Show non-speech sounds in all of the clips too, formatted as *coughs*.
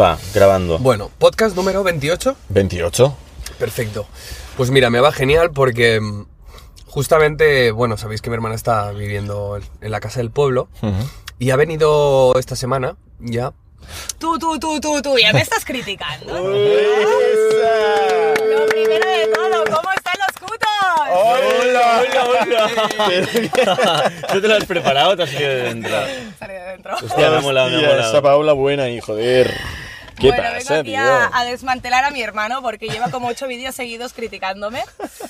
Va, grabando. Bueno, podcast número 28. 28. Perfecto. Pues mira, me va genial porque mm, justamente, bueno, sabéis que mi hermana está viviendo en- en la casa del pueblo y ha venido esta semana ya. Tú, tú, tú, tú, tú, *laughs* ya me estás criticando. Lo primero de todo, ¿cómo están los cutos? Oh. ¡Hola, hola, *laughs* hola! ¿Tú te lo has preparado o te has ido de dentro? Salí de dentro. Pues, Hostia, me ha molado, me ha Hostia, esa molado. Paula buena ahí, joder. ¿Qué bueno, vengo pasa, aquí tío? a, a desmantelar a mi hermano porque lleva como ocho vídeos seguidos criticándome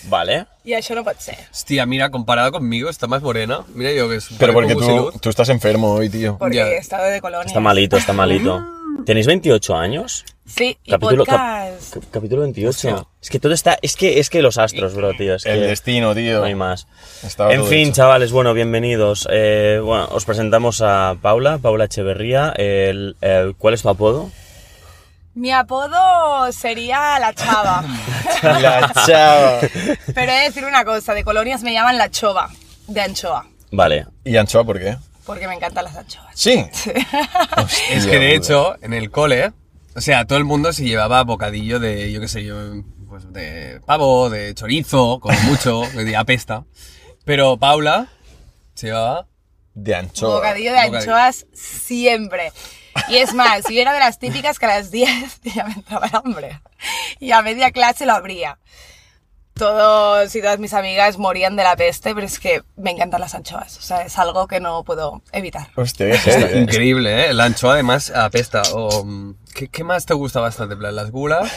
Vale. y eso no puede ser. Hostia, mira, comparada conmigo está más morena. Mira yo que es un Pero porque parezco tú, Gusiluz. tú estás enfermo hoy, tío. Porque Ya. he estado de colonia. Está malito, está malito. ¿Tenéis 28 años? Sí, y cap- podcast. cap- capítulo 28. Es que todo está. Es que, es que los astros, bro, tío. Es El que destino, tío. No hay más. Estaba en todo fin, hecho. chavales, bueno, bienvenidos. Eh, bueno, os presentamos a Paula, Paula Echeverría. El, el- ¿Cuál es tu apodo? Mi apodo sería La *laughs* Chava. La chava. Pero he de decir una cosa, de colonias me llaman La Chova, de anchoa, Vale. ¿Y anchoa por qué? porque me encantan las anchoas. *laughs* Sí. Es que de hecho, en el cole, o sea, todo el mundo se llevaba bocadillo de, yo qué sé, yo, pues de pavo, de chorizo, como *laughs* mucho, que di- apesta. Pero Paula se llevaba. De anchoa. Bocadillo de Bocadillo. anchoas siempre. Y es más, yo era de las típicas que a las 10 *laughs* ya me entraba el hambre. Y a media clase lo abría. Todos y todas mis amigas morían de la peste, pero es que me encantan las anchoas. O sea, es algo que no puedo evitar. Hostia, qué Está heavy, *laughs* eh. increíble, ¿eh? La anchoa además apesta. O, mm, ¿qué, qué más te gusta bastante? En plan, Las gulas.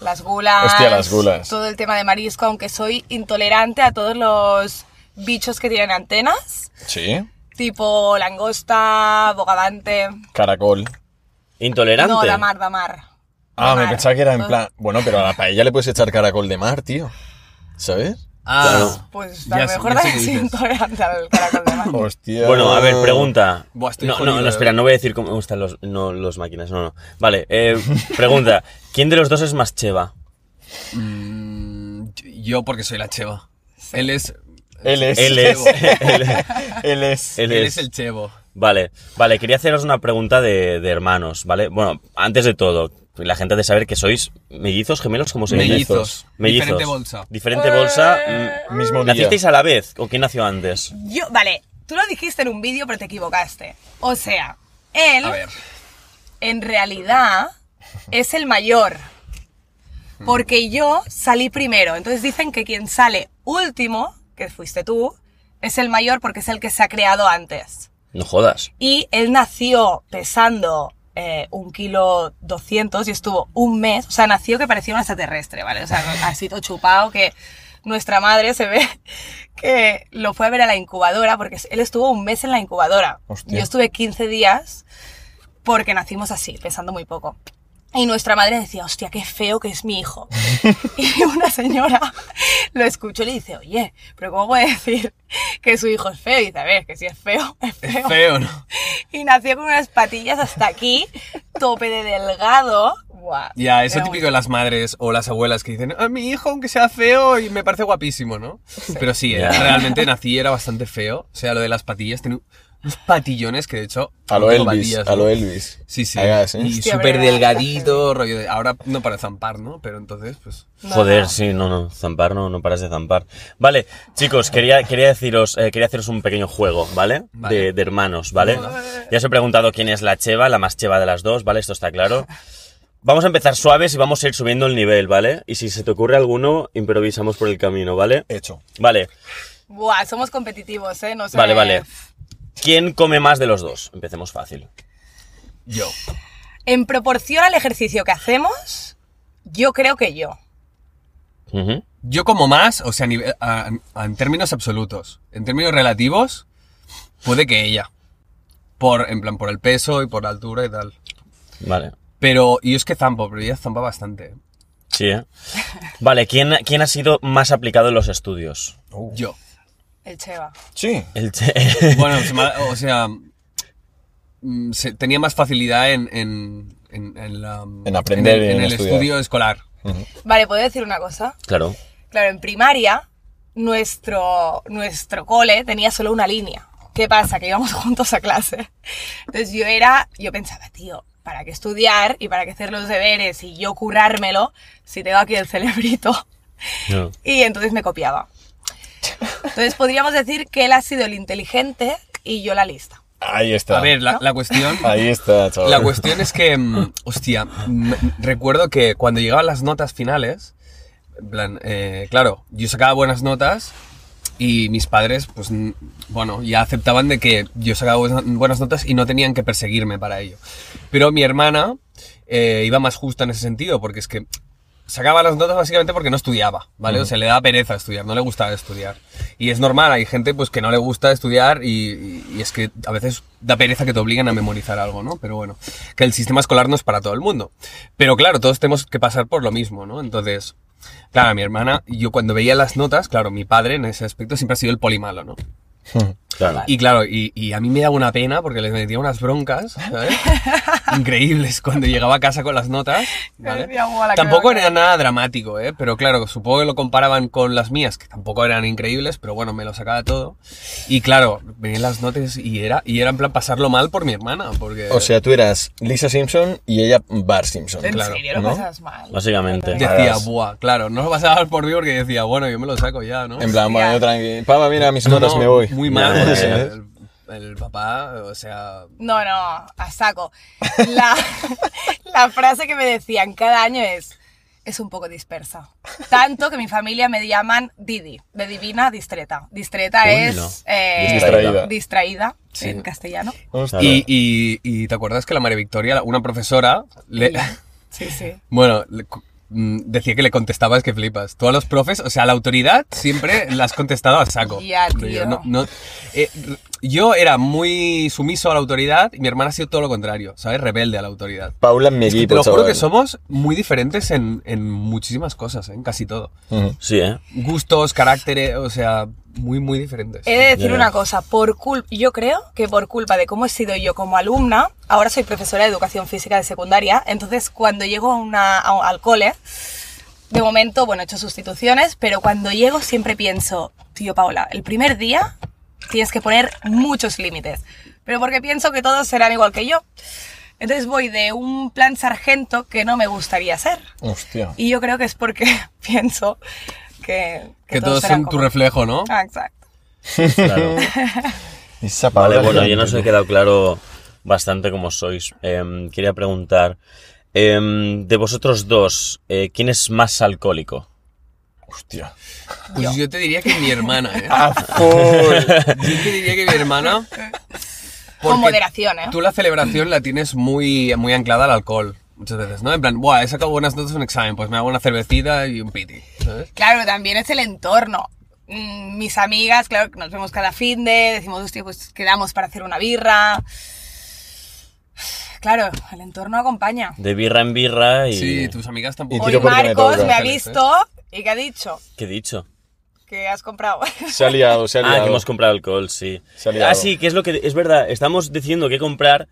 Las gulas. Hostia, las gulas. Todo el tema de marisco, aunque soy intolerante a todos los bichos que tienen antenas. Sí. Tipo langosta, bogavante. Caracol. ¿Intolerante? No, damar, damar. Ah, me Mar. pensaba que era en plan. Bueno, pero a la paella le puedes echar caracol de mar, tío. ¿Sabes? Ah, Pues a ya lo sé- mejor ya sé qué *laughs* también soy dices. intolerante al caracol *laughs* de mar. Hostia. Bueno, a ver, pregunta. Buah, estoy no, no, jodido, no, eh. espera, no voy a decir cómo me gustan los, no, los máquinas, no, no. Vale, eh, pregunta. ¿Quién de los dos es más cheva? Mm, yo porque soy la cheva. Él es. Él es. Él es. *laughs* Eh, él, *laughs* Él es. él él es. es el chevo. Vale, vale, quería haceros una pregunta de, de hermanos, ¿vale? Bueno, antes de todo, la gente ha de saber que sois mellizos, gemelos, ¿cómo se dice? Mellizos. Mellizos. Diferente bolsa. Diferente bolsa. mm, Mismo día. ¿Nacisteis a la vez o quién nació antes? Yo, vale, tú lo dijiste en un vídeo, pero te equivocaste. O sea, él, A ver. en realidad, es el mayor. Hmm. Porque yo salí primero. Entonces dicen que quien sale último, que fuiste tú, es el mayor porque es el que se ha creado antes. No jodas. Y él nació pesando eh, un kilo doscientos y estuvo un mes. O sea, nació que parecía un extraterrestre, ¿vale? O sea, así todo chupado que nuestra madre se ve *laughs* que lo fue a ver a la incubadora porque él estuvo un mes en la incubadora. Hostia. Yo estuve 15 días porque nacimos así, pesando muy poco. Y nuestra madre decía, hostia, qué feo que es mi hijo. y una señora lo escuchó y le dice, oye, pero ¿cómo puede decir que su hijo es feo? Y dice, a ver, que si es feo, es feo. Es feo, ¿no? Y nació con unas patillas *laughs* hasta aquí, tope de delgado. Buah, Ya, eso era típico de las madres o las abuelas que dicen, a mi hijo, aunque sea feo, y me parece guapísimo, ¿no? Pero sí, era- Ya. realmente nací, era bastante feo. O sea, lo de las patillas, tenía unos patillones que de hecho. A no lo tengo Elvis. patillas, A ¿no? lo Elvis. Sí, sí. Ahí vas, ¿eh? Y Hostia, súper verdad. delgadito, rollo de. Ahora no para zampar, ¿no? Pero entonces, pues. No, Joder, no. sí, no, no, zampar no, no paras de zampar. Vale, chicos, quería, quería deciros, eh, quería haceros un pequeño juego, ¿vale? Vale. De, de hermanos, ¿vale? Ya os he preguntado quién es la cheva, la más cheva de las dos, ¿vale? Esto está claro. Vamos a empezar suaves y vamos a ir subiendo el nivel, ¿vale? Y si se te ocurre alguno, improvisamos por el camino, ¿vale? Hecho. Vale, Buah, somos competitivos, ¿eh? No sé. vale, vale. ¿Quién come más de los dos? Empecemos fácil. Yo. En proporción al ejercicio que hacemos, yo creo que yo. Ujú. Yo como más, o sea, a nive- a- a- en términos absolutos, en términos relativos, puede que ella. Por, en plan, por el peso y por la altura y tal. Vale. Pero, y es que zampo, pero ella zampa bastante. Sí, ¿eh? Vale, ¿quién, ¿quién ha sido más aplicado en los estudios? Uh. Yo. El Cheva. Sí. El che- *laughs* Bueno, se me ha- o sea, mm, se- tenía más facilidad en, en, en, en la- En aprender en y el, en en el estudiar. estudio escolar. Vale, ¿puedo decir una cosa? claro. Claro, en primaria, nuestro, nuestro cole tenía solo *laughs* una línea. ¿Qué pasa? Que íbamos juntos a clase. Entonces yo era, yo pensaba, tío, pa- ¿para qué estudiar y para qué hacer los deberes y yo currármelo si tengo aquí el cerebrito? No. Y entonces me copiaba. Entonces podríamos decir que él ha sido el inteligente y yo la lista. Ahí está. A ver, la, la cuestión... *laughs* Ahí está, chaval. La cuestión es que, mm, hostia, me- recuerdo que cuando llegaban las notas finales, en plan, eh, claro, yo sacaba buenas notas y mis padres, pues, mm, bueno, ya aceptaban de que yo sacaba buena- buenas notas y no tenían que perseguirme para ello. Pero mi hermana eh, iba más justa en ese sentido, porque es que sacaba las notas básicamente porque no estudiaba, ¿vale? O sea, le daba pereza estudiar, no le gustaba estudiar. Y es normal, hay gente pues que no le gusta estudiar y, y- y es que a veces da pereza que te obliguen a memorizar algo, ¿no? Pero bueno, que el sistema escolar no es para todo el mundo. Pero claro, todos tenemos que pasar por lo mismo, ¿no? Entonces, claro, mi hermana, yo cuando veía las notas, claro, mi padre en ese aspecto siempre ha sido el polimalo, ¿no? Claro. Y claro, y, y a mí me daba una pena porque les metía unas broncas, ¿sabes? Increíbles cuando llegaba a casa con las notas. ¿vale? Decía, "Buah, la que Tampoco me va a era nada dramático, ¿eh? Pero claro, supongo que lo comparaban con las mías, que tampoco eran increíbles, pero bueno, me lo sacaba todo. Y claro, venían las notas y era, y era en plan pasarlo mal por mi hermana, porque... *laughs* O sea, tú eras Lisa Simpson y ella Bart Simpson. ¿En Claro, serio lo ¿no? pasas mal? Básicamente. decía, buah, claro, no lo pasaba por mí porque decía, bueno, yo me lo saco ya, ¿no? En plan, bueno, Hostia. tranqui. Papa, mira, mis No, notas no, me voy. Muy mal, Ya, porque ¿sabes? el- el papá, o sea, No, no, a saco. La, *laughs* la frase que me decían cada año es, es un poco dispersa. Tanto que mi familia me llaman Didi, de divina distreta. Distreta Uy, es... no. eh, Distraída. distraída, Sí. en castellano. Hostia. Y, y- y te acuerdas que la María Victoria, la- una profesora, le- Sí, sí. bueno, le cu- mm, decía que le contestabas que flipas. Tú a los profes, o sea, a la autoridad siempre las has contestado a saco. Ya, Yo tío. no- no- eh, r- yo era muy sumiso a la autoridad y mi hermana ha sido todo lo contrario, ¿sabes? Rebelde a la autoridad. Paula en mi Es que equipo, te lo juro chaval. que somos muy diferentes en, en muchísimas cosas, ¿eh? en casi todo. Ujú. Sí, *laughs* ¿eh? Gustos, caracteres, o sea, muy, muy diferentes. He de decir Ya. una cosa, por cul- yo creo que por culpa de cómo he sido yo como alumna, ahora soy profesora de educación física de secundaria, entonces cuando llego a una- a- al cole, de momento, bueno, he hecho sustituciones, pero cuando llego siempre pienso, tío Paula, el primer día tienes que poner muchos límites, pero porque pienso que todos serán igual que yo. Entonces voy de un plan sargento que no me gustaría ser. Hostia. Y yo creo que es porque *laughs* pienso que... que todos serán son tu como- reflejo, ¿no? Ah, exacto. Claro. Esa Paula Vale, bueno, gigante, yo nos he tío. quedado claro bastante cómo sois. Em, quería preguntar, em, de vosotros dos, eh, ¿quién es más alcohólico? Hostia. Pues yo. te diría que mi hermana, ¿eh? ¡A full! Yo te diría que mi *laughs* hermana. porque Con moderación, ¿eh? Tú la celebración la tienes muy, muy anclada al alcohol, muchas veces, ¿no? En plan, buah, he sacado buenas notas en un examen, pues me hago una cervecita y un piti, ¿sabes? Claro, también es el entorno. Mm, Mis amigas, claro, que nos vemos cada fin de, decimos, hostia, pues quedamos para hacer una birra. Claro, el entorno acompaña. De birra en birra y... Sí, tus amigas tampoco. Y Hoy tiro porque me Marcos toca. me, ha Ángeles, visto y que ha dicho ¿Qué he dicho? que has comprado. *laughs* Se ha liado, se ha liado. Ah, que hemos comprado alcohol, sí. Se ha liado. Ah, sí, que es lo que... Es verdad, estamos diciendo qué comprar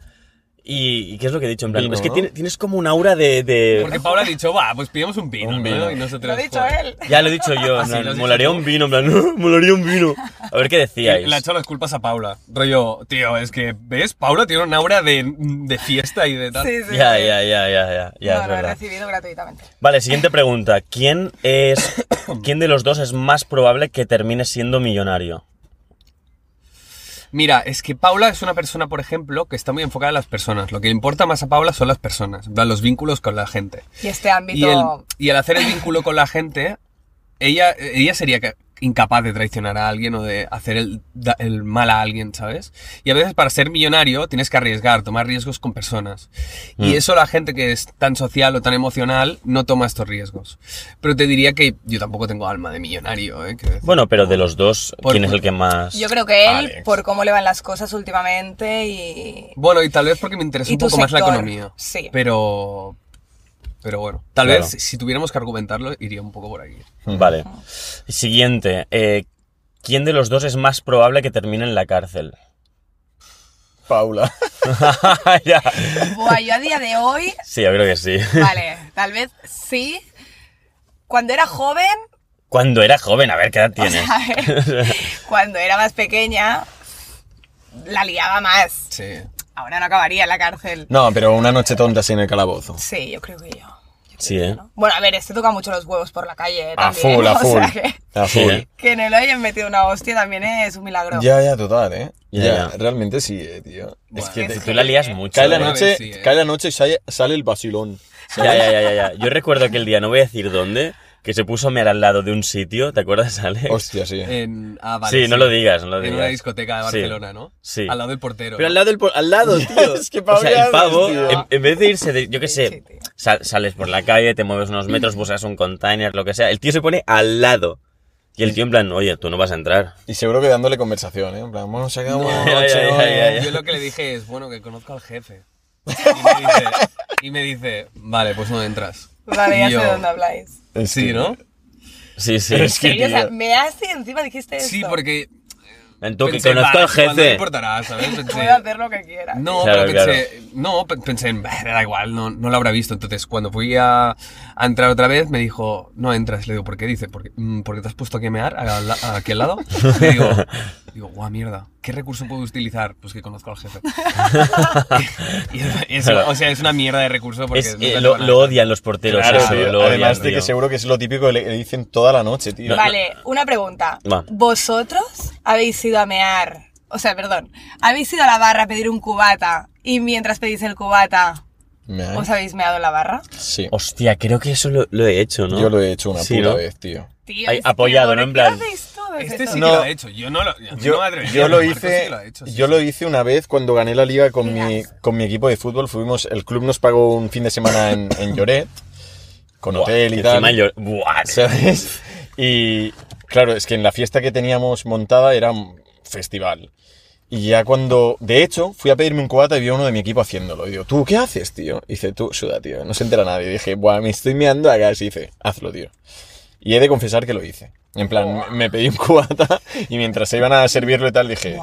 y, y qué es lo que he dicho. En plan, Vino, es que ¿no? tiene- tienes como un aura de... de- Porque Paula ha dicho, va, pues pidamos un vino, Un ¿no? vino. Y ¿eh? Lo nosotros, ha dicho joder. él. Ya lo he dicho yo, en Ah, plan, sí, lo has dicho molaría tú. un vino, en plan, *laughs* molaría un vino. A ver qué decíais. Le ha hecho las culpas a Paula. Rollo, tío, es que, ¿ves? Paula tiene una aura de, de fiesta y de tal. Sí, sí. Ya, sí. ya, ya, ya, ya, ya, no, es lo he verdad. recibido gratuitamente. Vale, siguiente pregunta. ¿Quién *coughs* es quién de los dos es más probable que termine siendo millonario? Mira, es que Paula es una persona, por ejemplo, que está muy enfocada en las personas. Lo que le importa más a Paula son las personas, en plan, los vínculos con la gente. Y este ámbito... Y, el, y al hacer el vínculo con la gente, ella, ella sería ca- incapaz de traicionar a alguien o de hacer el, da- el mal a alguien, ¿sabes? Y a veces para ser millonario tienes que arriesgar, tomar riesgos con personas. Y Mm. eso la gente que es tan social o tan emocional no toma estos riesgos. Pero te diría que yo tampoco tengo alma de millonario, ¿eh? Quiero decir. Bueno, pero de los dos, Por- ¿quién es el que más? Yo creo que él, Alex. por cómo le van las cosas últimamente y... Bueno, y tal vez porque me interesa ¿Y un tu poco más la sector? economía. Sí. Pero. Pero bueno, tal Claro. vez si tuviéramos que argumentarlo, iría un poco por aquí. Hmm. Vale. Siguiente. eh, ¿Quién de los dos es más probable que termine en la cárcel? *laughs* Paula. Ah, Ya. Buah, yo a día de hoy *laughs* Sí, yo creo que sí. Vale, tal vez sí. Cuando era joven, Cuando era joven, a ver qué edad tienes. a *laughs* *laughs* ver, cuando era más pequeña, la liaba más. Sí. Ahora no acabaría en la cárcel. No, pero una noche tonta así en el calabozo. Sí, yo creo que yo. Yo creo Sí, que ¿eh? no. Bueno, a ver, este toca mucho los huevos por la calle. eh, A también, full, a *laughs* o full. sea que, A Sí, full. ¿eh? que no le hayan metido una hostia también es un milagro. Ya, ya, total, ¿eh? Ya, ya, ya. realmente sí, eh, tío. Es que es te- tú que- la lías mucho. Cae la ¿eh? Una noche, vez sí, ¿eh? cae la noche y sale, sale el vacilón. Ya, ya, ya, ya, ya. Yo recuerdo aquel día, no voy a decir dónde, que se puso a mear al lado de un sitio, ¿te acuerdas, Alex? Hostia, sí. En, ah, vale, sí, no lo digas, no lo digas. En una discoteca de Sí. Barcelona, ¿no? Sí. Al lado del portero. Pero al lado del... por- Al lado, tío. Es que *laughs* pavo o sea, ya el pavo, haces, en, tío. en vez de irse de... Yo qué Sí, sé, tío. sal- sales por la calle, te mueves unos metros, buscas un container, lo que sea. El tío se pone al lado. Y el tío en plan, oye, tú no vas a entrar. Y seguro que dándole conversación, ¿eh? En plan, bueno, *laughs* se acabó la Ya, noche, ya, ¿no? ya, ya, ya. Yo lo que le dije es, bueno, que conozco al jefe. Y me dice, y me dice, vale, pues no entras. Vale, Y ya yo, sé de dónde habláis. Es Sí, que- ¿no? Sí, sí. Es que, Sí, o sea, tío, me has y encima dijiste esto. Sí, porque... *laughs* En tu que pensé, conozco "Vale, al cuando me jefe. importará, ¿sabes? Pensé, Puedo hacer lo que quiera. No, Claro, pero pensé, no, pe- pensé en, "Bah, da igual, no, no lo habrá visto. Entonces, cuando fui a, a entrar otra vez, me dijo, no entras. Le digo, ¿por qué? Dice, porque, "Mm, porque te has puesto a quemear a la- a aquí al lado. Le *laughs* digo, digo, guau, mierda, ¿qué recurso puedo utilizar? Pues que conozco al *laughs* jefe. Y es- o sea, es una mierda de recurso porque... Es- nunca eh, te lo, van a- lo odian los porteros, Claro, eso, tío. lo odian, Además de tío. que seguro que es lo típico que le, le dicen toda la noche, tío. Vale, una pregunta. Va. ¿Vosotros habéis ido a mear? O sea, perdón. ¿Habéis ido a la barra a pedir un cubata y mientras pedís el cubata *laughs* Me ¿Eh? ha- os habéis meado en la barra? Sí. Hostia, creo que eso lo, lo he hecho, ¿no? Yo lo he hecho una Sí, puta ¿no? vez, tío. Tío, Ahí, es apoyado, que, ¿no? En ¿por plan- qué hacéis todos Este esos- sí No. que lo ha hecho, yo no lo... a mí Yo, no me atrevería, yo lo Marco hice, sí que lo ha hecho, sí, yo sí. lo hice una vez cuando gané la liga con mi, Verás. con mi equipo de fútbol. Fuimos, el club nos pagó un fin de semana en, en Lloret, con Buah, hotel y encima tal. yo- *laughs* buah, ¿sabes? Y claro, es que en la fiesta que teníamos montada era un festival. Y ya cuando, de hecho, fui a pedirme un cubata y vi a uno de mi equipo haciéndolo. Y digo, ¿tú qué haces, tío? Y dice, tú, suda, tío, no se entera nadie. Y dije, buah, me estoy meando acá. Y dice, hazlo, tío. Y he de confesar que lo hice. En plan, me- me pedí un cubata y mientras se iban a servirlo y tal, dije,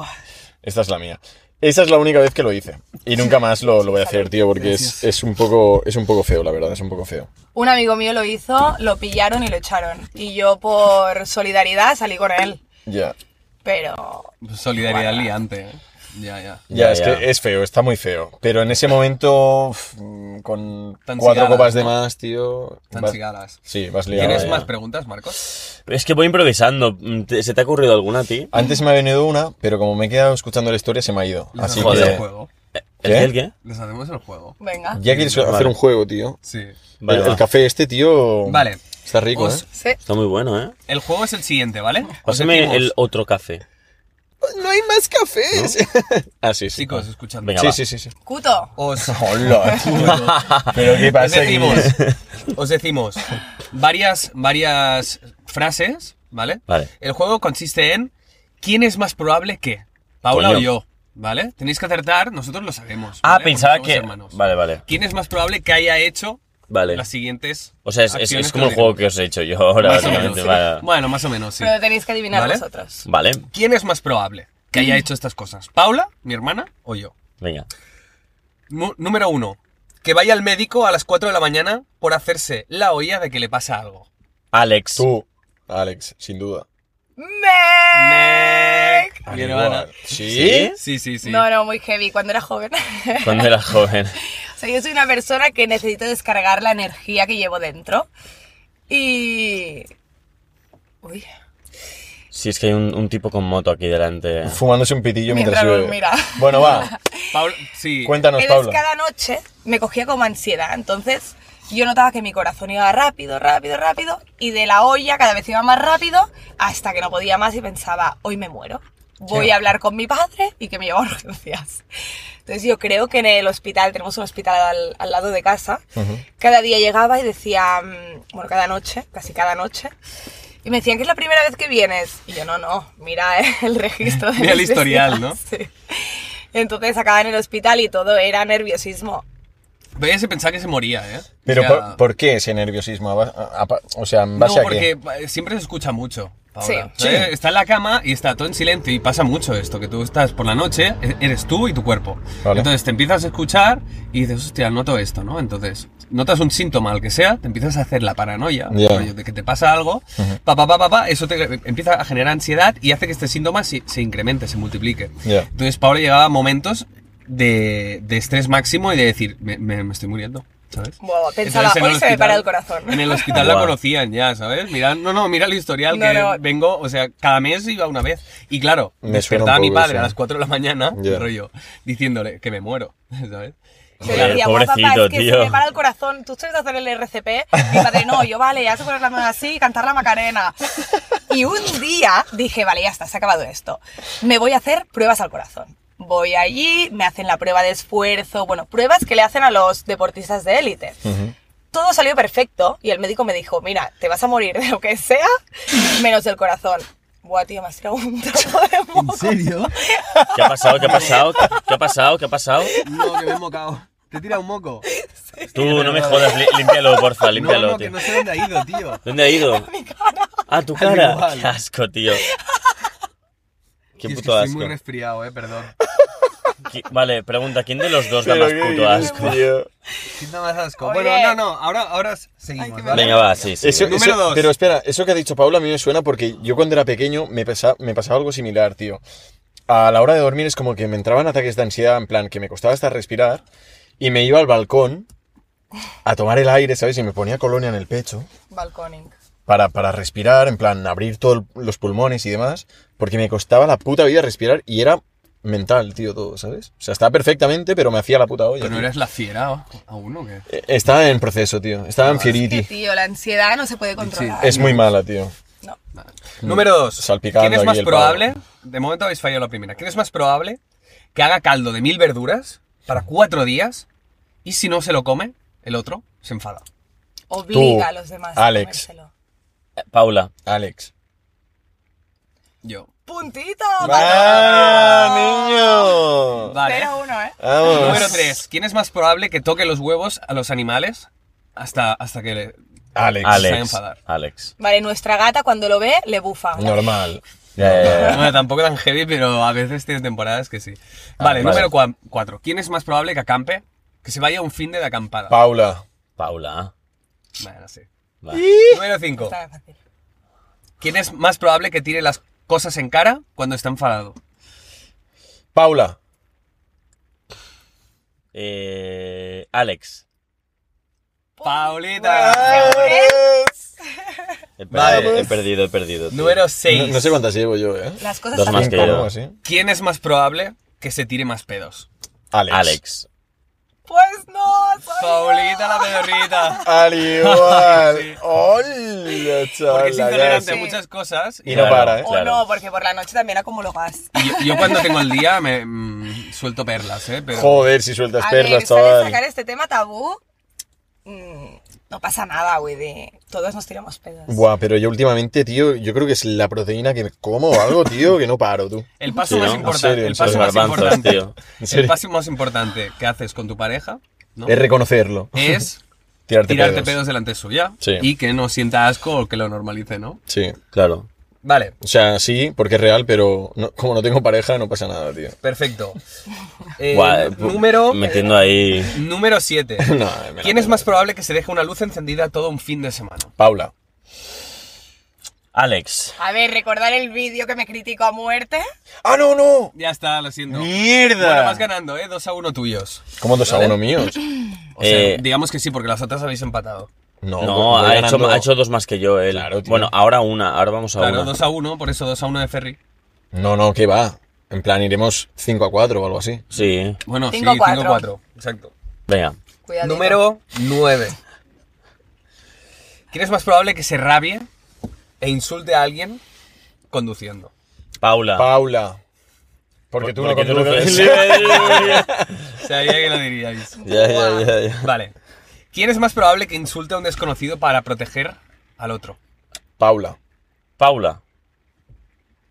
esta es la mía. Esa es la única vez que lo hice. Y nunca más lo, lo voy a hacer, tío, porque es, es, un poco, es un poco feo, la verdad, es un poco feo. Un amigo mío lo hizo, lo pillaron y lo echaron. Y yo por solidaridad salí con él. Ya. Pero Solidaridad liante. ¿eh? Ya, ya. Ya, Ya, es ya. que es feo, está muy feo. Pero en ese momento, uf, mm, con Tan cuatro cigadas, copas de ¿no? más, tío. Tan vas- cigadas. Sí, vas liado. ¿Tienes ya. más preguntas, Marcos? Es que voy improvisando. Mm, ¿te- ¿Se te ha ocurrido alguna a ti? Antes me ha venido una, pero como me he quedado escuchando la historia, se me ha ido. Les Así hacemos joder. el que. juego. ¿El ¿Qué? qué? ¿El qué? Les hacemos el juego. venga. Ya quieres hacer Vale. un juego, tío. Sí. Vale, el, el va. café este, tío. Vale. Está rico, Os- ¿eh? Sí. Está muy bueno, ¿eh? El juego es el siguiente, ¿vale? Os Pásame decimos- el otro café. No hay más cafés. *laughs* ah, sí, sí. Chicos, escuchadme. Venga, sí, va. sí, sí, sí. Cuto. *laughs* Os... Hola, *laughs* tío. pero ¿qué os pasa aquí? decimos, os decimos varias, varias frases, ¿vale? Vale. El juego consiste en quién es más probable que, Paula Coño. o yo, ¿vale? Tenéis que acertar, nosotros lo sabemos. Ah, ¿vale? Porque pensaba somos que... hermanos. Vale, vale. ¿Quién es más probable que haya hecho Vale. las siguientes? O sea, es, es- es acciones como que el juego os que os he hecho yo ahora, Más o básicamente. menos. Vale. Bueno, más o menos, sí. Pero tenéis que adivinar Vale. vosotros. Vale, ¿Quién es más probable que haya hecho estas cosas? ¿Paula, mi hermana o yo? venga. Mu- número uno, que vaya al médico a las 4 de la mañana por hacerse la oía de que le pasa algo. Alex. Tú, Alex, sin duda. ¡Mec! Mi Al hermana. igual. ¿Sí? ¿Sí? Sí, sí, sí. No, no, muy heavy. Cuando era joven. *laughs* Cuando era joven. O sea, yo soy una persona que necesito descargar la energía que llevo dentro. Y. Uy. Sí, es que hay un, un tipo con moto aquí delante. *laughs* Fumándose un pitillo mientras, Mientras llueve. mira. Bueno, va. Paula, sí. Cuéntanos, Entonces, Paula. cada noche me cogía como ansiedad. Entonces, yo notaba que mi corazón iba rápido, rápido, rápido. Y de la olla cada vez iba más rápido hasta que no podía más y pensaba, hoy me muero. Voy a hablar con mi padre y que me lleva a urgencias. Entonces, yo creo que en el hospital, tenemos un hospital al, al lado de casa. Cada día llegaba y decía, mm, bueno, cada noche, casi cada noche. Y me decían que es la primera vez que vienes. Y yo, no, no, mira eh, *laughs* el registro de Mira el mis historial, ¿no? vecinos". *laughs* Sí. Entonces acababa en el hospital y todo era nerviosismo. Veía se pensaba que se moría, ¿eh? Pero O sea, por, ¿por qué ese nerviosismo? ¿A- a- a- o sea, ¿en No, base a porque Mm, qué? eh, siempre se escucha mucho. Paula. Sí. ¿Sabes? Está en la cama y está todo en silencio y pasa mucho esto, que tú estás por la noche, e- eres tú y tu cuerpo. Vale. Entonces te empiezas a escuchar y dices, hostia, noto esto, ¿no? Entonces, notas un síntoma, al que sea, te empiezas a hacer la paranoia, Ya. rollo de que te pasa algo, pa, pa, pa, pa, pa, eso te empieza a generar ansiedad y hace que este síntoma se, se incremente, se multiplique. Ya. Entonces, Paula llegaba a momentos de, de estrés máximo y de decir, me, me- me estoy muriendo, ¿sabes? Buah, pensaba, Entonces, en hoy se me hospital- para el corazón. En el hospital la Guau. conocían ya, ¿sabes? Mira, no, no, mira el historial No, que no. vengo, o sea, cada mes iba una vez. Y claro, Me despertaba a suena un mi poco padre eso. a las 4 de la mañana, Ya. rollo, diciéndole que me muero, *laughs* ¿sabes? Se Joder, le decía, "Buah, papá, pobrecito, es que se tío". me para el corazón, tú sabes hacer el RCP. Mi padre, no, yo vale, ya se poner la mano así y cantar la Macarena. Y un día dije, vale, ya está, se ha acabado esto. Me voy a hacer pruebas al corazón. Voy allí, me hacen la prueba de esfuerzo, bueno, pruebas que le hacen a los deportistas de élite. Todo salió perfecto y el médico me dijo, mira, te vas a morir de lo que sea, menos del corazón. Buah, tío, me has tirado un trozo de moco. serio? ¿Qué ha pasado? ¿Qué ha pasado? ¿Qué ha pasado? ¿Qué ha pasado? *laughs* No, que me he mocado. Te tira un moco. Tú no me jodas, li- límpialo, *laughs* porfa, límpialo, tío. sé dónde ha ido, *laughs* tío. ¿Dónde ha ido? Ah, tu cara. igual. Qué asco, *laughs* tío. Qué Y es que puto asco. resfriado, eh, *laughs* perdón. Qui- Vale, pregunta, ¿quién de los dos da Pero más qué puto dices, asco? tío. Siento más asco. Oye. ahora, ahora seguimos. mal. Venga, va, sí, sí. Eso- Número eso- dos. Pero espera, eso que ha dicho Paula a mí me suena porque yo cuando era pequeño me, pasa- me pasaba algo similar, tío. A la hora de dormir es como que me entraban ataques de ansiedad, en plan, que me costaba hasta respirar, y me iba al balcón a tomar el aire, ¿sabes? Y me ponía colonia en el pecho Balconing. para, para respirar, en plan, abrir todos los pulmones y demás, porque me costaba la puta vida respirar y era mental, tío, todo, ¿sabes? O sea, estaba perfectamente, pero me hacía la puta olla. Pero no tío. eres la fiera o- aún, ¿o qué? Eh, Estaba en proceso, tío. Estaba en Que, fieritis. tío, la ansiedad no se puede controlar. Es muy mala, tío. No. Número 2. Mm. Salpicando ¿Quién es aquí más el probable? De momento habéis fallado la primera. ¿Quién es más probable que haga caldo de mil verduras para cuatro días y si no se lo come, el otro se enfada? Obliga Tú, a los demás Alex. a comérselo. Eh, Paula. Alex. Yo. ¡Puntito! ¡Ah, niño! Vale. 0-1, ¿eh? Número Vamos. 3. ¿Quién es más probable que toque los huevos a los animales hasta, hasta que le... Alex. a Alex. enfadar. Alex. Vale, nuestra gata cuando lo ve, le bufa. Normal. Ya, ya, ya, ya. Bueno, tampoco tan heavy, pero a veces tiene temporadas que sí. Vale, Ah, vale. número 4. ¿Quién es más probable que acampe? Que se vaya a un fin de acampada. Paula. Paula. Vale, no sé. Va. Número 5. Está fácil. ¿Quién es más probable que tire las cosas en cara cuando está enfadado? Paula. Eh, Alex. Paulita. He perdido, Vamos. he perdido, he perdido. tío. Número No, 6. no sé cuántas llevo yo, ¿eh? Las cosas Dos están- más que Cinco, ¿no? yo. Así. ¿Quién es más probable que se tire más pedos? Alex. Alex. Pues no, soy Paulita la pedorrita. Al igual. Sí. Hola, chaval. Porque es intolerante a sí. muchas cosas. Y Y no Claro. para, ¿eh? O Oh, Claro. no, porque por la noche también acumulo gas. yo, yo cuando tengo el día me mm, suelto perlas, ¿eh? Pero Joder, si sueltas A ver, perlas, ¿sabes chaval. sacar este tema tabú? Mm, no pasa nada, güey, de todos nos tiramos pedos. Buah, pero yo últimamente, tío, yo creo que es la proteína que me como o algo, tío, que no paro, tú. el Sí, paso ¿no? más En importante, serio, en el serio. paso Los más garbanzos, importante, tío. En el serio. paso más importante que haces con tu pareja ¿no? Es reconocerlo. es *laughs* Tirarte, tirarte pedos. pedos delante suya Sí. y que no sienta asco o que lo normalice, ¿no? Sí. Claro. Vale, O sea, sí, porque es real, pero no- como no tengo pareja, no pasa nada, tío. perfecto. Eh, Guau, pu- número Metiendo ahí. número 7. *laughs* No, me la ¿Quién es pela. más probable que se deje una luz encendida todo un fin de semana? Paula. Alex. A ver, recordar el vídeo que me critico a muerte. ¡Ah, no, no! Ya está, lo siento. ¡Mierda! Bueno, vas ganando, ¿eh? 2 a 1 tuyos. ¿Cómo dos a uno míos? O sea, Eh, digamos que sí, porque las otras habéis empatado. No, No, voy ha hecho, ganando- ha hecho dos más que yo él. Claro, tío. bueno, ahora una, ahora vamos a Claro, una. 2 a 1, por eso 2 a 1 de Ferry. No, no, que va. En plan, iremos 5 a 4 o algo así. Sí, Bueno, Cinco a sí, 5 cuatro. a 4. Exacto. venga. Cuidado. Número 9. ¿Quién es más probable que se rabie e insulte a alguien conduciendo? Paula. Paula. Porque tú Porque no tú no conduces. conduces. Sabía que lo diríais. *laughs* ya, ya, ya, ya. Vale. ¿Quién es más probable que insulte a un desconocido para proteger al otro? *laughs* Paula. Paula.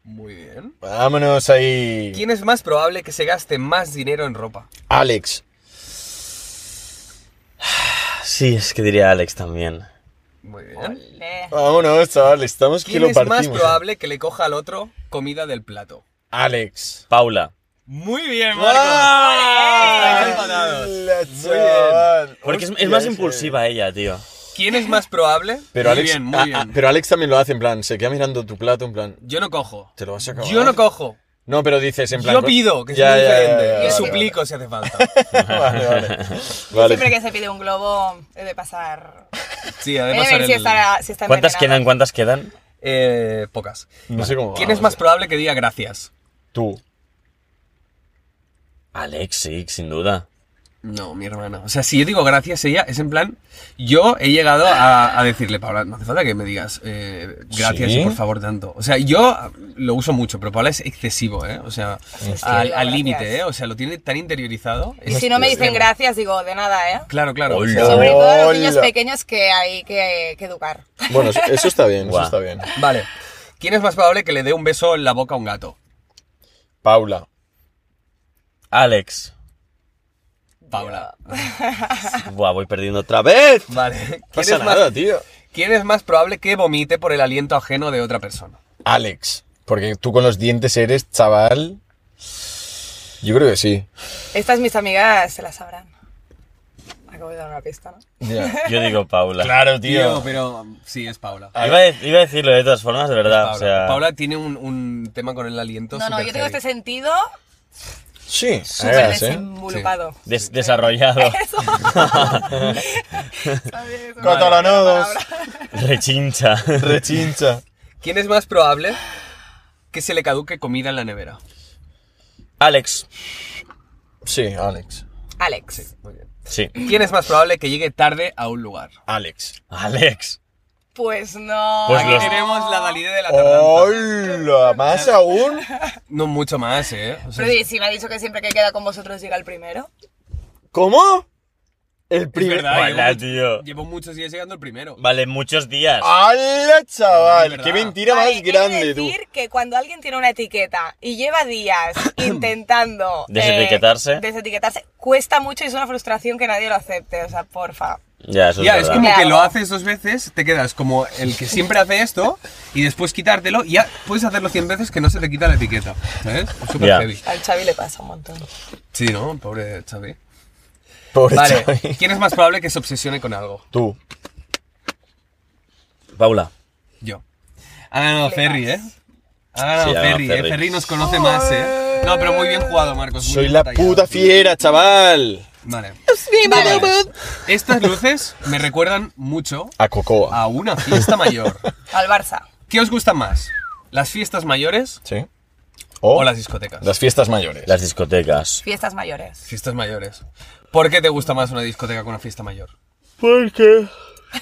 Muy bien. Vámonos ahí. ¿Quién es más probable que se gaste más dinero en ropa? Alex. Sí, es que diría Alex también. Muy bien. Ole. Vámonos, chaval. Estamos que ¿Quién lo es partimos. ¿eh? más probable que le coja al otro comida del plato? Alex. Paula. Muy Ah. bien, Marcos. Estáis empatados. La chaval. Porque es, es Hostia, más ese. eh. impulsiva ella, tío. ¿Quién es más probable? Pero muy Alex, bien, muy ah, ah, bien. pero Alex también lo hace en plan, se queda mirando tu plato en plan, Yo no cojo. te lo vas a acabar. Yo no cojo. No, pero dices en plan. Yo pido, que es Ya, muy ya, ya, diferente. ya, ya, Yo vale, suplico si hace falta. *laughs* Vale, vale. Vale. Siempre que se pide un globo, he de pasar. Sí, He de además. ver si está, si está ¿Cuántas envenenado. quedan? ¿Cuántas quedan? Eh, pocas. No sé cómo. ¿Quién va, es más tío. probable que diga gracias? Tú. Alexis, sin duda. No, mi hermana. O sea, si yo digo gracias, ella es en plan. Yo he llegado a, a decirle, Paula, no hace falta que me digas eh, gracias ¿Sí? y por favor tanto. O sea, yo lo uso mucho, pero Paula es excesivo, ¿eh? O sea, es que al lo al gracias. límite, ¿eh? O sea, lo tiene tan interiorizado. Y Es- si no me dicen extremo. gracias, digo, de nada, ¿eh? Claro, claro. Hola. Sí, sí. Sobre todo a los niños Hola. pequeños que hay que, que educar. Bueno, eso- eso está bien, eso Guau. está bien. Vale. ¿Quién es más probable que le dé un beso en la boca a un gato? *laughs* Paula. Alex. Paula. Buah, voy perdiendo otra vez. Vale. ¿Quién, Pasa es más, nada, tío. quién es más probable que vomite por el aliento ajeno de otra persona? Alex. Porque tú con los dientes eres chaval. Yo creo que sí. Estas mis amigas se las sabrán. Acabo de dar una pista, *laughs* ¿no? Ya. Yo digo Paula. Claro, pero um, sí, es Paula. Iba a, de- iba a decirlo de todas formas, de verdad. Paula. o sea, Paula tiene un, un tema con el aliento. No, no, yo superheavy. tengo este sentido Sí, súper hagas, ¿eh? desenvolupado. des- desarrollado. *laughs* Eso. ¿Sabes? Una Catalanodos. palabra. Rechincha. Rechincha. ¿Quién es más probable que se le caduque comida en la nevera? Alex. Sí, Alex. Alex. Muy bien. Sí. ¿Quién es más probable que llegue tarde a un lugar? Alex. Alex. Pues no. Pues Aquí los- tenemos la validez de la tardanza. ¡Hola! ¿Más aún? No mucho más, ¿eh? O sea, Pero ¿y si me ha dicho que siempre que queda con vosotros llega el primero. ¿Cómo? El es primer... verdad, Hola, llevo, tío. llevo muchos días llegando el primero. Vale, muchos días. Ah. ¡Hala, Es chaval! verdad. ¡Qué mentira Vale, más he de grande, tú! decir que cuando alguien tiene una etiqueta y lleva *coughs* días intentando... eh, Desetiquetarse. desetiquetarse, cuesta mucho y es una frustración que nadie lo acepte. O sea, porfa. Ya, eso ya, es es verdad. como que Claro. lo haces dos veces, te quedas como el que siempre hace esto y después quitártelo y ya puedes hacerlo 100 veces que no se te quita la etiqueta, ¿sabes? Es súper Ya. heavy. Al Xavi le pasa un montón. Sí, ¿no? Pobre Xavi. Pobre Vale, Xavi. ¿quién es más probable que se obsesione con algo? Tú. Paula. Yo. Ha ganado Flipas. Ferry, ¿eh? Sí, Ha ganado ha ganado Ferry, Ferri. ¿eh? Ferry nos conoce más, ¿eh? No, pero muy bien jugado, Marcos. muy Soy bien la batallado. puta fiera, chaval. Vale. Vale. Estas luces me recuerdan mucho A Cocoa. a una fiesta mayor. Al Barça. ¿Qué os gusta más? ¿Las fiestas mayores ¿Sí? O, o las discotecas? las fiestas mayores. Las discotecas. Fiestas mayores. Fiestas mayores. ¿Por qué te gusta más una discoteca que una fiesta mayor? Porque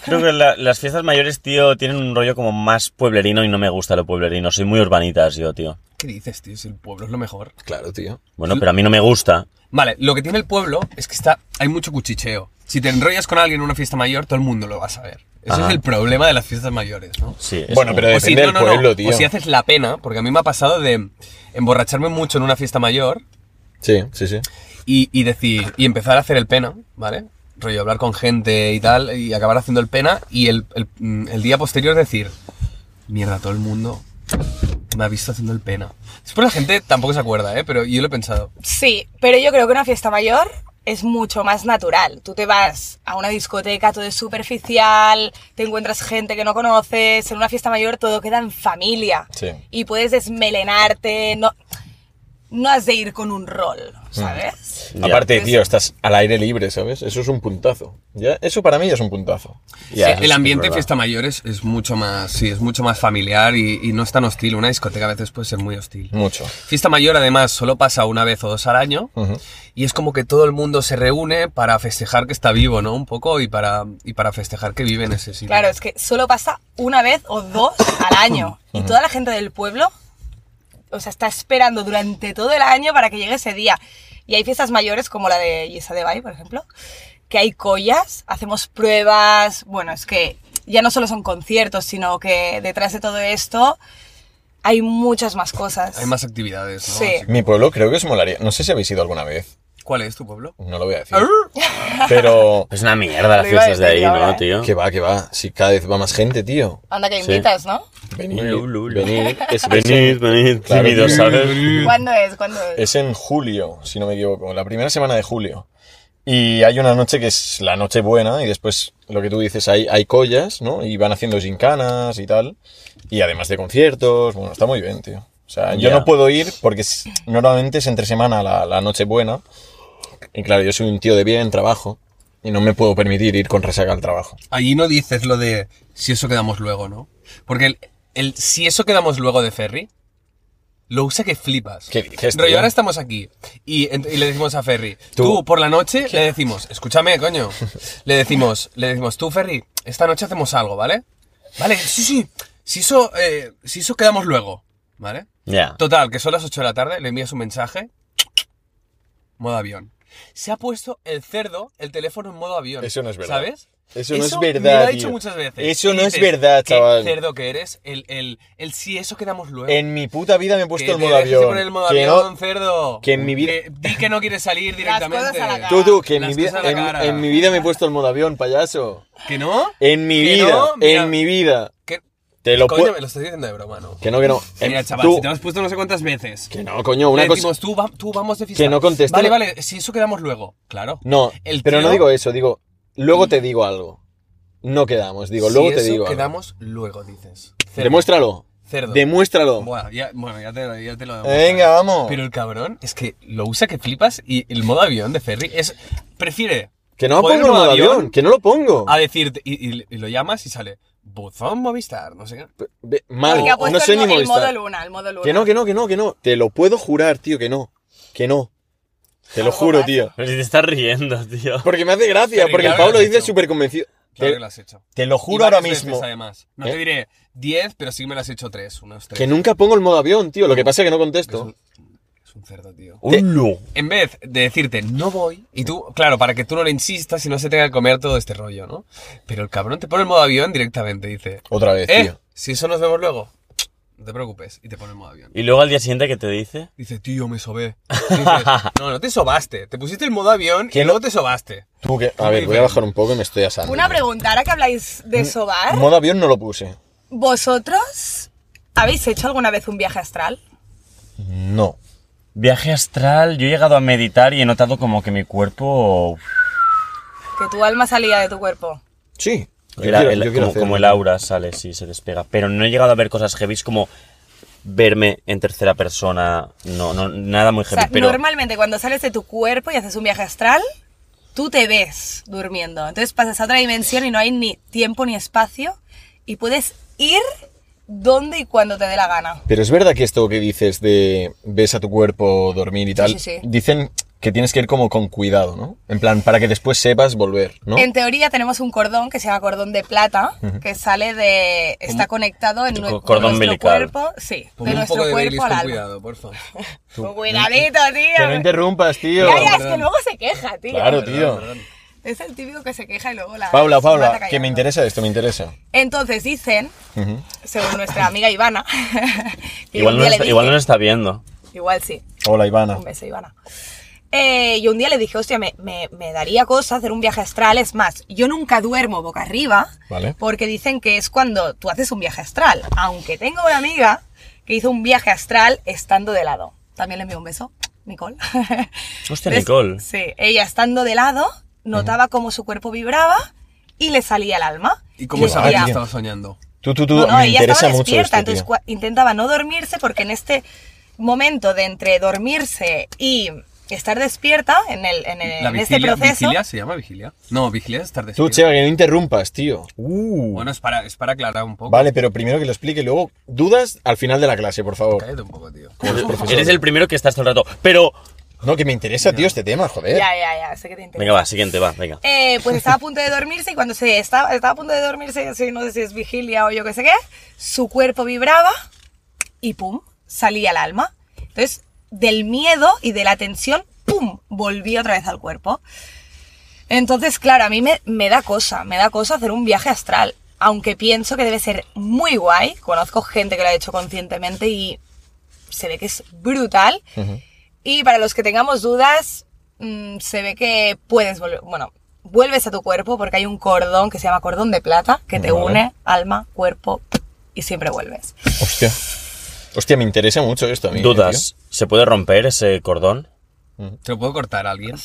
Creo que la- las fiestas mayores, tío, tienen un rollo como más pueblerino y no me gusta lo pueblerino. Soy muy urbanitas yo, tío. ¿Qué dices, tío? Si el pueblo es lo mejor. Claro, tío. Bueno, pero a mí no me gusta. Vale, lo que tiene el pueblo es que está, hay mucho cuchicheo. Si te enrollas con alguien en una fiesta mayor, todo el mundo lo va a saber. Ese Ajá. es el problema de las fiestas mayores, ¿no? Sí. es Bueno, como- pero depende no, del no, no. pueblo, tío. O si haces la pena, porque a mí me ha pasado de emborracharme mucho en una fiesta mayor Sí, sí, sí. y, y decir, y empezar a hacer el pena, ¿vale? Rollo, hablar con gente y tal, y acabar haciendo el pena, y el, el- mm, el día posterior decir, mierda, todo el mundo me ha visto haciendo el pena. Después la gente tampoco se acuerda, ¿eh? Pero yo lo he pensado. Sí, pero yo creo que una fiesta mayor es mucho más natural. Tú te vas a una discoteca, todo es superficial, te encuentras gente que no conoces. En una fiesta mayor todo queda en familia. Sí. Y puedes desmelenarte, no, no has de ir con un rol, Mm. ¿sabes? Ya. Aparte, tío, estás al aire libre, ¿sabes? Eso es un puntazo. Ya, eso para mí ya es un puntazo. Ya, Sí, eso el sí ambiente es de verdad. fiesta mayor es, es mucho más, sí, es mucho más familiar y, y no es tan hostil. Una discoteca a veces puede ser muy hostil. Mucho. Fiesta mayor además solo pasa una vez o dos al año Hmm. Ujú. y es como que todo el mundo se reúne para festejar que está vivo, ¿no? Un poco y para, y para festejar que vive en ese sitio. Claro, es que solo pasa una vez o dos al año. Y toda la gente del pueblo, o sea, está esperando durante todo el año para que llegue ese día. Y hay fiestas mayores como la de Yesa de Bay, por ejemplo, que hay collas, hacemos pruebas. Bueno, es que ya no solo son conciertos, sino que detrás de todo esto hay muchas más cosas. Hay más actividades, ¿no? Sí. Así que- Mi pueblo creo que es molaría. No sé si habéis ido alguna vez. ¿Cuál es tu pueblo? No lo voy *laughs* a decir. Pero... Es una mierda las Lo iba a fiestas de ahí, decir ahora, ¿no, ¿eh? tío? Que va, que va. Si cada vez va más gente, tío. Anda que Sí. invitas, ¿no? Venid, Ulu, ulu, ulu. venid. Es, es en, Venid, venid, Claro, tímidos, tío. ¿sabes? ¿Cuándo es? ¿Cuándo es? es en julio, si no me equivoco. La primera semana de julio. Y hay una noche que es la noche buena y después, lo que tú dices, hay, hay collas, ¿no? Y van haciendo gincanas y tal. Y además de conciertos. Bueno, está muy bien, tío. sea, Ya. yo no puedo ir porque es- normalmente es entre semana la, la Nochebuena. Y claro, yo soy un tío de bien, trabajo. Y no me puedo permitir ir con resaca al trabajo. Allí no dices lo de si eso quedamos luego, ¿no? Porque el, el si eso quedamos luego de Ferry, lo usa que flipas. ¿Qué dices, Rollo, tío? ahora estamos aquí y, ent- y le decimos a Ferry, tú, Tú. por la noche le decimos, escúchame, coño, le decimos, le decimos, tú Ferry, esta noche hacemos algo, ¿vale? Vale, sí, sí, si eso, eh, si eso quedamos luego, ¿vale? Ya. Total, que son las 8 de la tarde, le envías un mensaje, modo avión. Se ha puesto el cerdo el teléfono en modo avión. Eso no es verdad. ¿Sabes? Eso no es Me verdad, lo ha dicho tío. muchas veces. Eso Y no es dices, verdad, "Qué chaval". cerdo que eres, el, el, el si eso quedamos luego. En mi puta vida me he puesto Que el te modo dejes de avión. poner el modo Que no- avión, cerdo. que en mi vida- di que no quieres salir *laughs* Las cosas a la directamente. cara. Tú, tú, que en Las mi, vida, cosas a la en- cara. en mi vida me he puesto el modo avión, payaso. ¿Que no? En mi Que vida, no, mira. en mi vida. Que- Te lo Coño, puedo. me lo estás diciendo de broma, ¿no? Que no, que no. En- Mira, chaval, tú- si te lo has puesto no sé cuántas veces. Que no, coño, una Le cosa. decimos, Eh, tú, va- tú vamos de fiesta. Que no contesta. Vale, vale, si eso quedamos luego. Claro. No, El pero tío- no digo eso, digo, luego te digo algo. No quedamos, digo, Si luego te eso digo. algo. quedamos luego, dices. Cerdo. Demuéstralo. Cerdo. Demuéstralo. Bueno, ya, bueno, ya te, lo- ya te lo demostraré. Venga, vamos. Pero el cabrón es que lo usa que flipas y el modo avión de Ferry es. Prefiere. que no poner pongo el modo avión, que no lo pongo. A decirte. Y, y- y lo llamas y sale. Buzón Movistar, no sé qué. Ve- Mal, Porque ha puesto no sé el, ni mo- el modo molestar. luna, el modo luna. Que no, que no, que no, que no. Te lo puedo jurar, tío, que no. Que no. Te lo Algo juro, pasa. tío. Pero si te estás riendo, tío. Porque me hace gracia, Pero porque el claro que lo Pablo has dice hecho. súper convencido. Claro Te, que lo has hecho. te lo Y juro ahora varias mismo. veces, además. No ¿Eh? te diré 10, pero sí me lo has hecho 3, unos 3. Que nunca pongo el modo avión, tío. Lo que pasa es que no contesto. Es un cerdo, tío. Te- En vez de decirte no voy, y tú, claro, para que tú no le insistas y no se tenga que comer todo este rollo, ¿no? Pero el cabrón te pone el modo avión directamente, dice. Otra vez, Eh, tío. si eso nos vemos luego, no te preocupes. Y te pone en modo avión. Y luego al día siguiente, ¿qué te dice? Dice, tío, me sobé. *laughs* Dices, no, no te sobaste. Te pusiste el modo avión y ¿Quién? luego te sobaste. Tú que. A ver, voy a bajar un poco y me estoy asando. Una pregunta, ahora que habláis de sobar, Modo avión no lo puse. ¿vosotros habéis hecho alguna vez un viaje astral? No. Viaje astral, yo he llegado a meditar y he notado como que mi cuerpo. Que tu alma salía de tu cuerpo. Sí. Yo Era quiero- el- yo quiero como, hacerlo. como el aura sale, sí, se despega. Pero no he llegado a ver cosas heavy como verme en tercera persona. No, no, nada muy O heavy. sea, pero normalmente cuando sales de tu cuerpo y haces un viaje astral, tú te ves durmiendo. Entonces pasas a otra dimensión y no hay ni tiempo ni espacio y puedes ir donde y cuando te dé la gana. Pero es verdad que esto que dices de ves a tu cuerpo dormir y tal, sí, sí. dicen que tienes que ir como con cuidado, ¿no? En plan, para que después sepas volver, ¿no? En teoría tenemos un cordón que se llama cordón de plata, que sale de... está conectado en nue- Co- con cordón nuestro umbilical. cuerpo, sí, Ponme de un poco nuestro de Baileys cuerpo al con alma. cuidado, por *laughs* favor. Con Cuidadito, Que no tío. interrumpas, tío. Ya, ya, es Perdón. que luego se queja, tío. Claro, tío. Es el típico que se queja y luego la... Paula, se mata Paula, callando. que me interesa esto, me interesa. Entonces dicen, Ujú. según nuestra amiga Ivana, *laughs* que igual, un no nos día le está, dije- igual no nos está viendo. igual sí, Hola, Ivana. un beso Ivana. Eh, y un día le dije, hostia, me, me- me daría cosa hacer un viaje astral, es más, yo nunca duermo boca arriba, Vale. porque dicen que es cuando tú haces un viaje astral, aunque tengo una amiga que hizo un viaje astral estando de lado. También le envío un beso, Nicole. *laughs* Hostia, Entonces, Nicole. Sí, ella estando de lado, notaba cómo su cuerpo vibraba y le salía el alma. ¿Y cómo le Guau, sabes que decía, tío. estaba soñando? Tú, tú, tú, no, no, me ella interesa estaba mucho despierta, esto, entonces tío. cua- intentaba no dormirse porque en este momento de entre dormirse y estar despierta, en, el, en, el- La en este vigilia, proceso, vigilia se llama vigilia. No, vigilia es estar Tú, despierto. Cheva, que no interrumpas, tío. Uh, Bueno, es para, es para aclarar un poco. Vale, pero primero que lo explique, luego dudas al final de la clase, por favor. Cállate un poco, tío. Eres el primero que estás todo el rato. Pero. No, que me interesa, tío, este tema, joder. ya, ya, ya, sé que te interesa. Venga, va, siguiente, va, venga. Eh, pues estaba a punto de dormirse y cuando se estaba, estaba a punto de dormirse, así, no sé si es vigilia o yo qué sé qué, su cuerpo vibraba y pum, salía el alma. Entonces, del miedo y de la tensión, pum, volví otra vez al cuerpo. Entonces, claro, a mí me, me da cosa, me da cosa hacer un viaje astral. Aunque pienso que debe ser muy guay, conozco gente que lo ha hecho conscientemente y se ve que es brutal. Y para los que tengamos dudas, mm, se ve que puedes volver, bueno, vuelves a tu cuerpo porque hay un cordón que se llama cordón de plata que te Vale. une alma, cuerpo y siempre vuelves. Hostia. Hostia, me interesa mucho esto a mí. eh, Dudas. ¿Se puede romper ese cordón? ¿Te lo puedo cortar a alguien?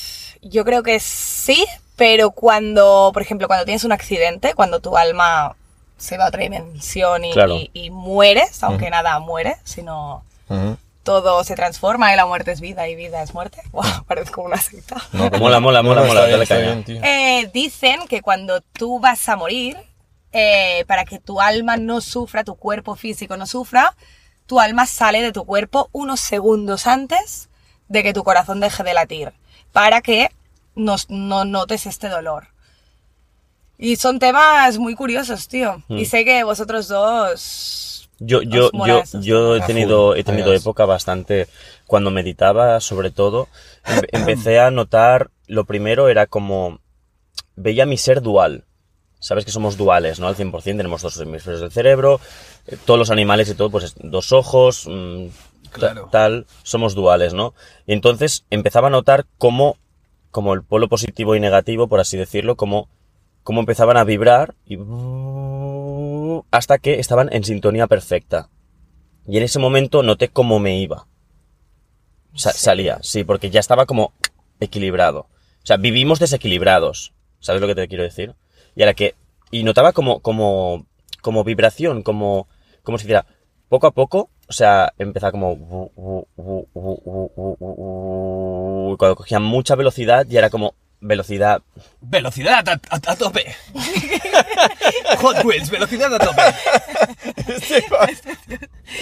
Yo creo que sí, pero cuando, por ejemplo, cuando tienes un accidente, cuando tu alma se va a otra dimensión y, Claro. y- y mueres, aunque nada muere, sino Ujú. todo se transforma y la muerte es vida y vida es muerte. *laughs* Wow, parezco una secta. No, que Mola, no. mola, No, mola, no, mola, está bien, dale está caña. bien, tío. Eh, dicen que cuando tú vas a morir, eh, para que tu alma no sufra, tu cuerpo físico no sufra, tu alma sale de tu cuerpo unos segundos antes de que tu corazón deje de latir, para que nos- no notes este dolor. Y son temas muy curiosos, tío. Y sé que vosotros dos... Hmm. Yo, yo, Os mola yo, eso. yo he A tenido, full, he tenido además. época bastante, cuando meditaba sobre todo, em- *clears throat* empecé a notar, lo primero era como, veía mi ser dual. Sabes que somos duales, ¿no? Al 100% tenemos dos hemisferios del cerebro, eh, todos los animales y todo, pues es- dos ojos, mm, ta- Claro. tal, somos duales, ¿no? Y entonces empezaba a notar cómo, como el polo positivo y negativo, por así decirlo, como cómo empezaban a vibrar y hasta que estaban en sintonía perfecta. Y en ese momento noté cómo me iba. Sa- Salía, sí, porque ya estaba como equilibrado. O sea, vivimos desequilibrados. ¿Sabes lo que te quiero decir? Y a la que. Y notaba como, como, como vibración, como, como si hiciera poco a poco, o sea, empezaba como. Y cuando cogía mucha velocidad, ya era como velocidad Velocidad a, a- a *laughs* tope. Hot Wheels, velocidad a tope. Perdona, Ah,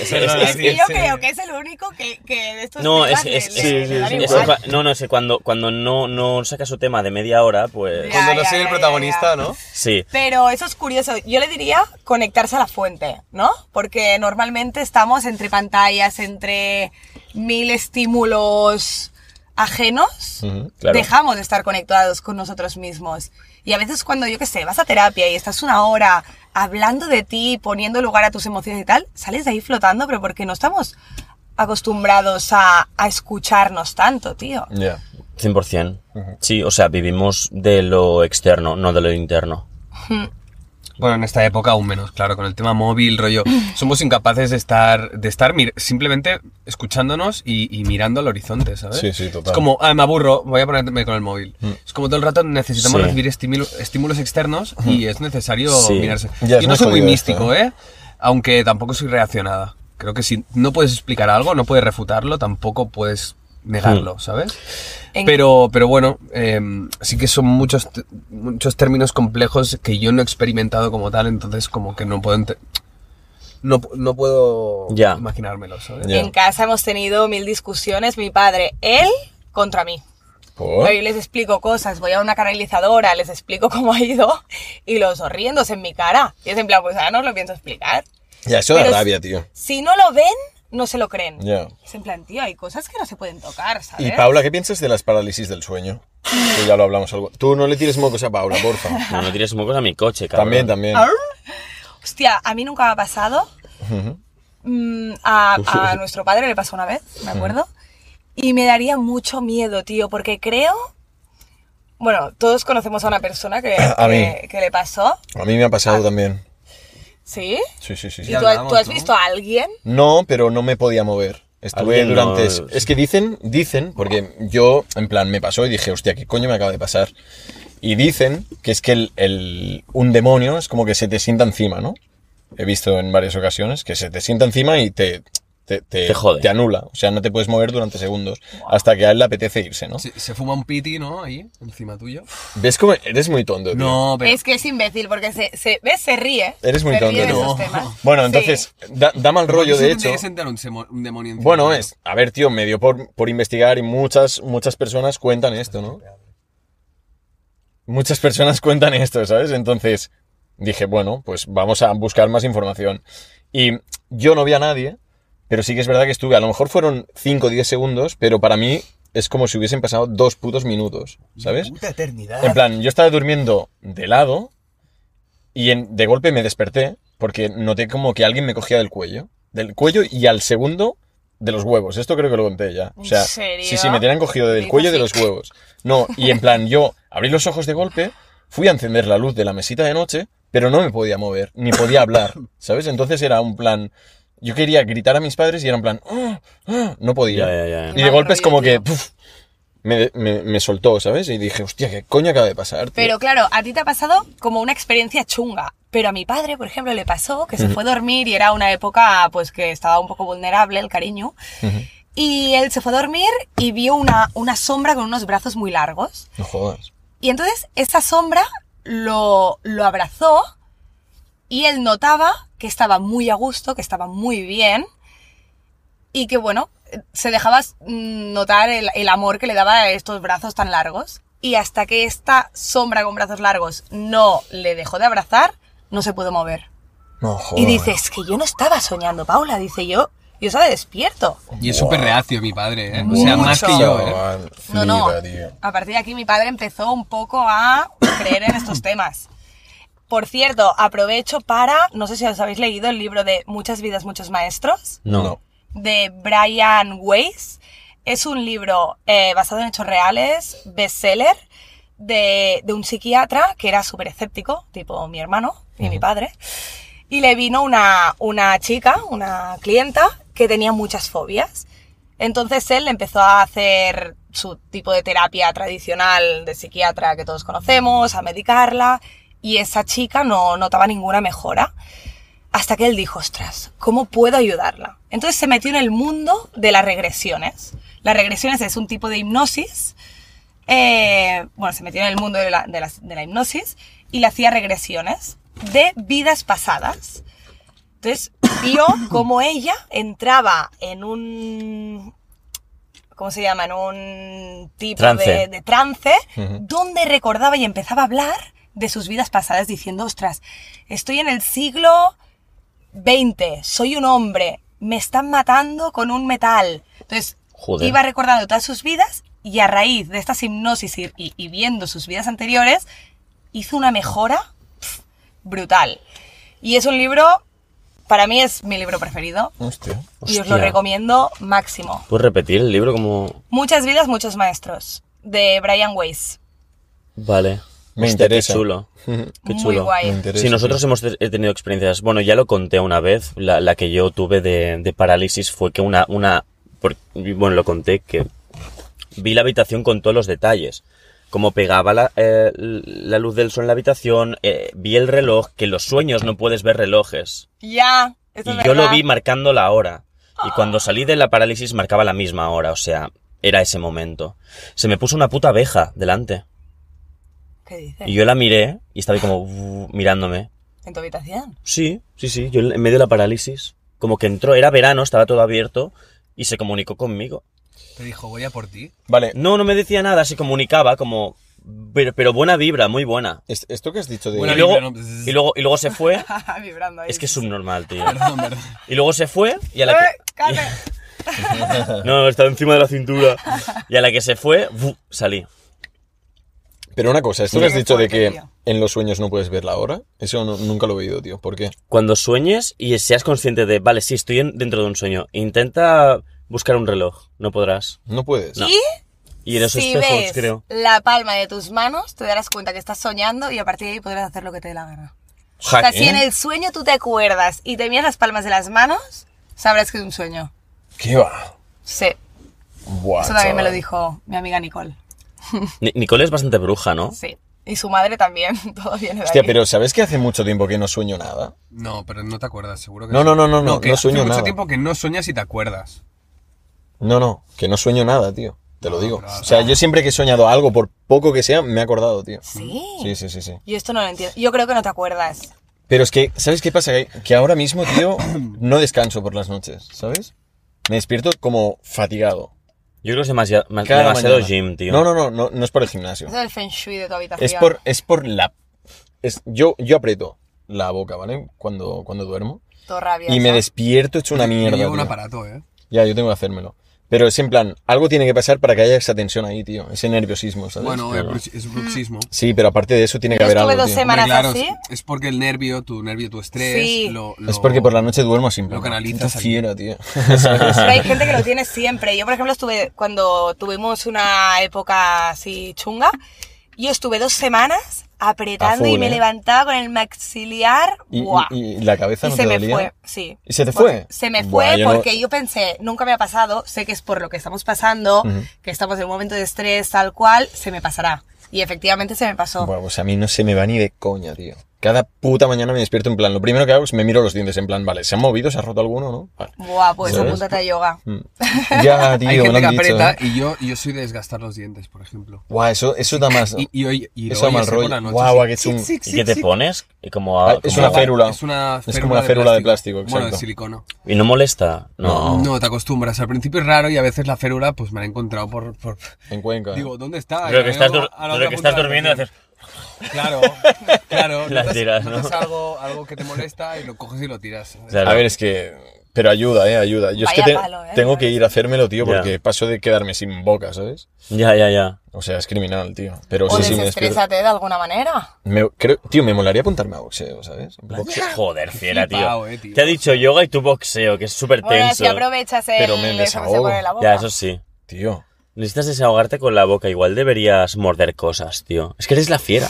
Es que sí, yo sí. creo que es el único que, que de estos ¿eh? No, temas es que es, le- es- sí, le- le dan sí, es igual. que cua- no, no, es que cuando, cuando no, no saca su tema de media hora, pues Ya, Cuando no ya, soy ya, el ya, protagonista, ya. ¿no? sí. Pero eso es curioso. Yo le diría conectarse a la fuente, ¿no? Porque normalmente estamos entre pantallas, entre mil estímulos ajenos. Ujú, claro. Dejamos de estar conectados con nosotros mismos. Y a veces cuando, yo qué sé, vas a terapia y estás una hora hablando de ti, poniendo lugar a tus emociones y tal, sales de ahí flotando, pero porque no estamos acostumbrados a, a escucharnos tanto, tío. Ya. 100%. Sí, o sea, vivimos de lo externo, no de lo interno. Bueno, en esta época aún menos, claro, con el tema móvil, rollo. Somos incapaces de estar, de estar mir- simplemente escuchándonos y, y mirando al horizonte, ¿sabes? Sí, sí, total. Mm. Es como, ah, me aburro, voy a ponerme con el móvil. Es como todo el rato necesitamos Sí. recibir estímulo- estímulos externos y es necesario Sí. mirarse. Mm. Ya, es Yo no más soy muy jodido místico, ¿eh? Aunque tampoco soy reaccionada. Creo que si no puedes explicar algo, no puedes refutarlo, tampoco puedes Mm. negarlo, ¿sabes? En- Pero, pero bueno, em, sí que son muchos, t- muchos términos complejos que yo no he experimentado como tal, entonces como que no puedo... ente- No, pu- no puedo Ya. imaginármelo, ¿sabes? Ya. En casa hemos tenido mil discusiones, mi padre, él contra mí. ¿Por? Yo les explico cosas, voy a una canalizadora, les explico *laughs* cómo ha ido y los dos riéndose en mi cara. Y es en plan, pues ahora no os lo pienso explicar. Ya, eso da Pero es- rabia, tío. Si no lo ven, no se lo creen. Ya. Es en plan, tío, hay cosas que no se pueden tocar, ¿sabes? Y Paula, ¿qué piensas de las parálisis del sueño? Que ya lo hablamos algo. Tú no le tires mocos a Paula, *laughs* porfa. No, no tires mocos a mi coche, cabrón. Ah. También, también. Hostia, a mí nunca me ha pasado. Mm, *laughs* a, a nuestro padre le pasó una vez, me acuerdo. Y me daría mucho miedo, tío, porque creo... Bueno, todos conocemos a una persona que, *coughs* A que- que le pasó. A mí me ha Ah. pasado también. ¿Sí? Sí, sí, sí. ¿Y sí. Ya tú, tú hablábamos, has ¿no? visto a alguien? No, pero no me podía mover. Estuve Alguien durante... no- es- Es que dicen, dicen, porque yo en plan me pasó y dije, hostia, ¿qué coño me acaba de pasar? Y dicen que es que el, el- un demonio es como que se te sienta encima, ¿no? He visto en varias ocasiones que se te sienta encima y te... Te, Te jode. te anula, o sea, no te puedes mover durante segundos hasta que a él le apetece irse, ¿no? Se, se fuma un piti, ¿no? Ahí, encima tuyo. ¿Ves cómo eres muy tonto? tío. No, pero... Es que es imbécil, porque se, se, ¿ves? se ríe. Eres muy se tonto, Ríe de tío. esos No. temas. *laughs* Bueno, Sí. entonces, da, da mal rollo, de Siempre hecho. tiene que sentar un, semo- un demonio encima Bueno, tuyo. es, a ver, tío, me dio por, por investigar y muchas, muchas personas cuentan esto, ¿no? Muchas personas cuentan esto, ¿sabes? Entonces dije, bueno, pues vamos a buscar más información. Y yo no vi a nadie, pero sí que es verdad que estuve, a lo mejor fueron 5 o 10 segundos, pero para mí es como si hubiesen pasado dos putos minutos, ¿sabes? Puta eternidad. En plan, yo estaba durmiendo de lado y en- de golpe me desperté porque noté como que alguien me cogía del cuello. Del cuello y al segundo de los huevos. Esto creo que lo conté ya. O ¿En sea, serio? sí, sí, me tenían cogido del Dices cuello y de sí. los huevos. No, y en plan, yo abrí los ojos de golpe, fui a encender la luz de la mesita de noche, pero no me podía mover, ni podía hablar, ¿sabes? Entonces era un plan... Yo quería gritar a mis padres y era un plan... "Ah, ah", no podía. Ya, ya, ya. Y Mal de golpe es rollo, como que... tío. puf, me, me- me soltó, ¿sabes? Y dije, hostia, ¿qué coño acaba de pasar? tío?". Pero claro, a ti te ha pasado como una experiencia chunga. Pero a mi padre, por ejemplo, le pasó que se fue a dormir y era una época pues que estaba un poco vulnerable el cariño. Y él se fue a dormir y vio una, una sombra con unos brazos muy largos. No jodas. Y entonces esa sombra lo, lo abrazó y él notaba que estaba muy a gusto, que estaba muy bien y que bueno, se dejaba mm, notar el, el amor que le daba a estos brazos tan largos. Y hasta que esta sombra con brazos largos no le dejó de abrazar, no se pudo mover. No jodas. Y dice, es que yo no estaba soñando, Paula, dice yo, yo estaba despierto. Y es súper reacio mi padre, ¿eh? O sea, más que Mucho. yo, ¿eh? Chaval, No, no. flipa, tío. A partir de aquí mi padre empezó un poco a creer en estos temas. Por cierto, aprovecho para, no sé si os habéis leído el libro de Muchas vidas, muchos maestros, No. No. de Brian Weiss. Es un libro eh, basado en hechos reales, bestseller, de, de un psiquiatra que era súper escéptico, tipo mi hermano y mi padre. Y le vino una, una chica, una clienta, que tenía muchas fobias. Entonces él empezó a hacer su tipo de terapia tradicional de psiquiatra que todos conocemos, a medicarla, y esa chica no notaba ninguna mejora. Hasta que él dijo, ostras, ¿cómo puedo ayudarla? Entonces se metió en el mundo de las regresiones. Las regresiones es un tipo de hipnosis. eh, bueno, se metió en el mundo de la, de las- de la hipnosis y le hacía regresiones de vidas pasadas. Entonces vio cómo ella entraba en un... ¿Cómo se llama? En un tipo Trance. de, de trance donde recordaba y empezaba a hablar de sus vidas pasadas diciendo, ostras, estoy en el siglo 20, soy un hombre, me están matando con un metal. Entonces, Joder. iba recordando todas sus vidas y a raíz de estas hipnosis y, y- y viendo sus vidas anteriores, hizo una mejora pf, brutal. Y es un libro, para mí es mi libro preferido Hostia. y os lo Hostia. recomiendo máximo. ¿Puedes repetir el libro como...? Muchas vidas, muchos maestros, de Brian Weiss. Vale. Me Hostia, interesa. Qué chulo. Qué Muy chulo. guay. Me interesa, Sí, nosotros hemos te- he tenido experiencias. Bueno, ya lo conté una vez. La, la que yo tuve de, de parálisis fue que una. una por- bueno, lo conté que vi la habitación con todos los detalles. Como pegaba la, eh, la luz del sol en la habitación, eh, vi el reloj, que en los sueños no puedes ver relojes. Ya, eso Y es yo lo verdad. Ah. vi marcando la hora. Y cuando salí de la parálisis marcaba la misma hora, o sea, era ese momento. Se me puso una puta abeja delante. ¿Qué dices? Y yo la miré y estaba ahí como *laughs* uh, mirándome. ¿En tu habitación? *laughs* Sí, sí, sí. Yo en medio de la parálisis. Como que entró, era verano, estaba todo abierto y se comunicó conmigo. Te dijo, voy a por ti. *laughs* *laughs* Vale, No, no me decía nada, se comunicaba como. Pero, pero buena vibra, muy buena. es- esto que has dicho de... Buena Y luego, vibra, ¿no? y, luego, y luego se *laughs* fue. Vibrando ahí. Es que es subnormal, tío. Perdón, perdón. Y luego se fue y a la Eh, que. Carmen, *laughs* No, estaba encima de la cintura. Y a la que se fue, ¡bu! salí. Pero una cosa, esto Sí, que has qué dicho de fuerte, que tío. en los sueños no puedes ver la hora, eso no- nunca lo he oído, tío. ¿Por qué? Cuando sueñes y seas consciente de, vale, sí, estoy en- dentro de un sueño, intenta buscar un reloj. No podrás. No puedes. No. Y Y en esos si espejos, ves creo. la palma de tus manos, te darás cuenta que estás soñando y a partir de ahí podrás hacer lo que te dé la gana. Hack, o sea, si ¿eh? en el sueño tú te acuerdas y te miras las palmas de las manos, sabrás que es un sueño. ¿Qué va? Sí, Buah, eso también me lo chaval. dijo mi amiga Nicole. ¿eh? Ni- Nicole es bastante bruja, ¿no? Sí. Y su madre también, *laughs* todo viene de Hostia, ahí. pero ¿sabes que hace mucho tiempo que no sueño nada? No, pero no te acuerdas, seguro que No, sí. no, no, no, no, que no sueño hace mucho nada. tiempo que no sueñas y te acuerdas. No, no, que no sueño nada, tío. Te Ah, lo digo. pero- O sea, yo siempre que he soñado algo, por poco que sea, me he acordado, tío. Sí. Sí, sí, sí, sí. Yo esto no lo entiendo. Yo creo que no te acuerdas. Pero es que, ¿sabes qué pasa? Que- Que ahora mismo, *coughs* tío, no descanso por las noches, ¿sabes? Me despierto como fatigado. Yo creo que es demasiado, más- Cada demasiado mañana. gym, tío. No, no, no, no, no es por el gimnasio. Eso es el feng shui de tu habitación. Es por, es por la... Es, yo, yo aprieto la boca, ¿vale? Cuando, cuando duermo. Todo rabia. Y me despierto hecho una Yo mierda. llevo un tío. aparato, ¿eh? Ya, yo tengo que hacérmelo. Pero es en plan, algo tiene que pasar para que haya esa tensión ahí, tío. Ese nerviosismo, ¿sabes? Bueno, eh, bruxi- es bruxismo. Sí, pero aparte de eso tiene que Yo haber estuve algo, dos tío. semanas- ¿Semanas Hombre, claro, así? es- Es porque el nervio, tu nervio, tu estrés, Sí. lo, lo- Es porque por la noche duermo sin lo canalizas Puta aquí. fiera, *laughs* tío. *laughs* Pero hay gente que lo tiene siempre. Yo, por ejemplo, estuve cuando tuvimos una época así chunga, yo estuve dos semanas apretando A full, y me ¿eh? levantaba con el maxilar. Y, ¡buah! y- y la cabeza Y no se te me dolía. fue, sí. ¿Y se te Porque- fue? Se me Buah, fue yo no- porque yo pensé, nunca me ha pasado, sé que es por lo que estamos pasando, Ujú. que estamos en un momento de estrés tal cual, se me pasará. Y efectivamente se me pasó. Buah, pues a mí no se me va ni de coña, tío. Cada puta mañana me despierto en plan, lo primero que hago es me miro los dientes en plan, vale, ¿se han movido? ¿Se ha roto alguno? ¿No? Vale. Buah, pues ¿Sabes? apúntate a yoga. Mm. *laughs* Ya, tío, Hay me gente lo que han dicho. aprieta ¿eh? y yo, yo soy de desgastar los dientes, por ejemplo. Guau, eso, eso da más... Y, y hoy y lo eso da mal oyes por la rollo. noche, Guau, sí. que es un... ¿Y qué te pones? Y como, a- Ah, es como- una férula. Es una Es como una férula de plástico, Bueno, de exacto. silicona. ¿Y no molesta? No. No, te acostumbras. Al principio es raro y a veces la férula pues me la he encontrado por... por- En Cuenca. Digo, ¿dónde está? Creo Y que la estás, veo dur- a creo la otra que punta estás de la durmiendo y habitación. haces... *laughs* Claro, claro. La notas- tiras, ¿no? notas algo, algo que te molesta y lo coges y lo tiras. Claro. A ver, es que... Pero ayuda, eh, ayuda. Yo Vaya es que te- palo, eh. tengo que ir a hacérmelo, tío, Ya. porque paso de quedarme sin boca, ¿sabes? Ya, ya, ya. O sea, es criminal, tío. Pero O sí, sí, me despierto. desestrésate de alguna manera. Me- creo, tío, me molaría apuntarme a boxeo, ¿sabes? En plan, Joder, fiera, tío. flipao, eh, tío. Te ha dicho yoga y tú boxeo, que es súper Bueno, tenso. si aprovechas el... ¿eh? Pero me eso que se desahogo. pone en la boca. Ya, *laughs* *laughs* eso sí. Tío, Necesitas desahogarte con la boca. Igual deberías morder cosas, tío. Es que eres la fiera.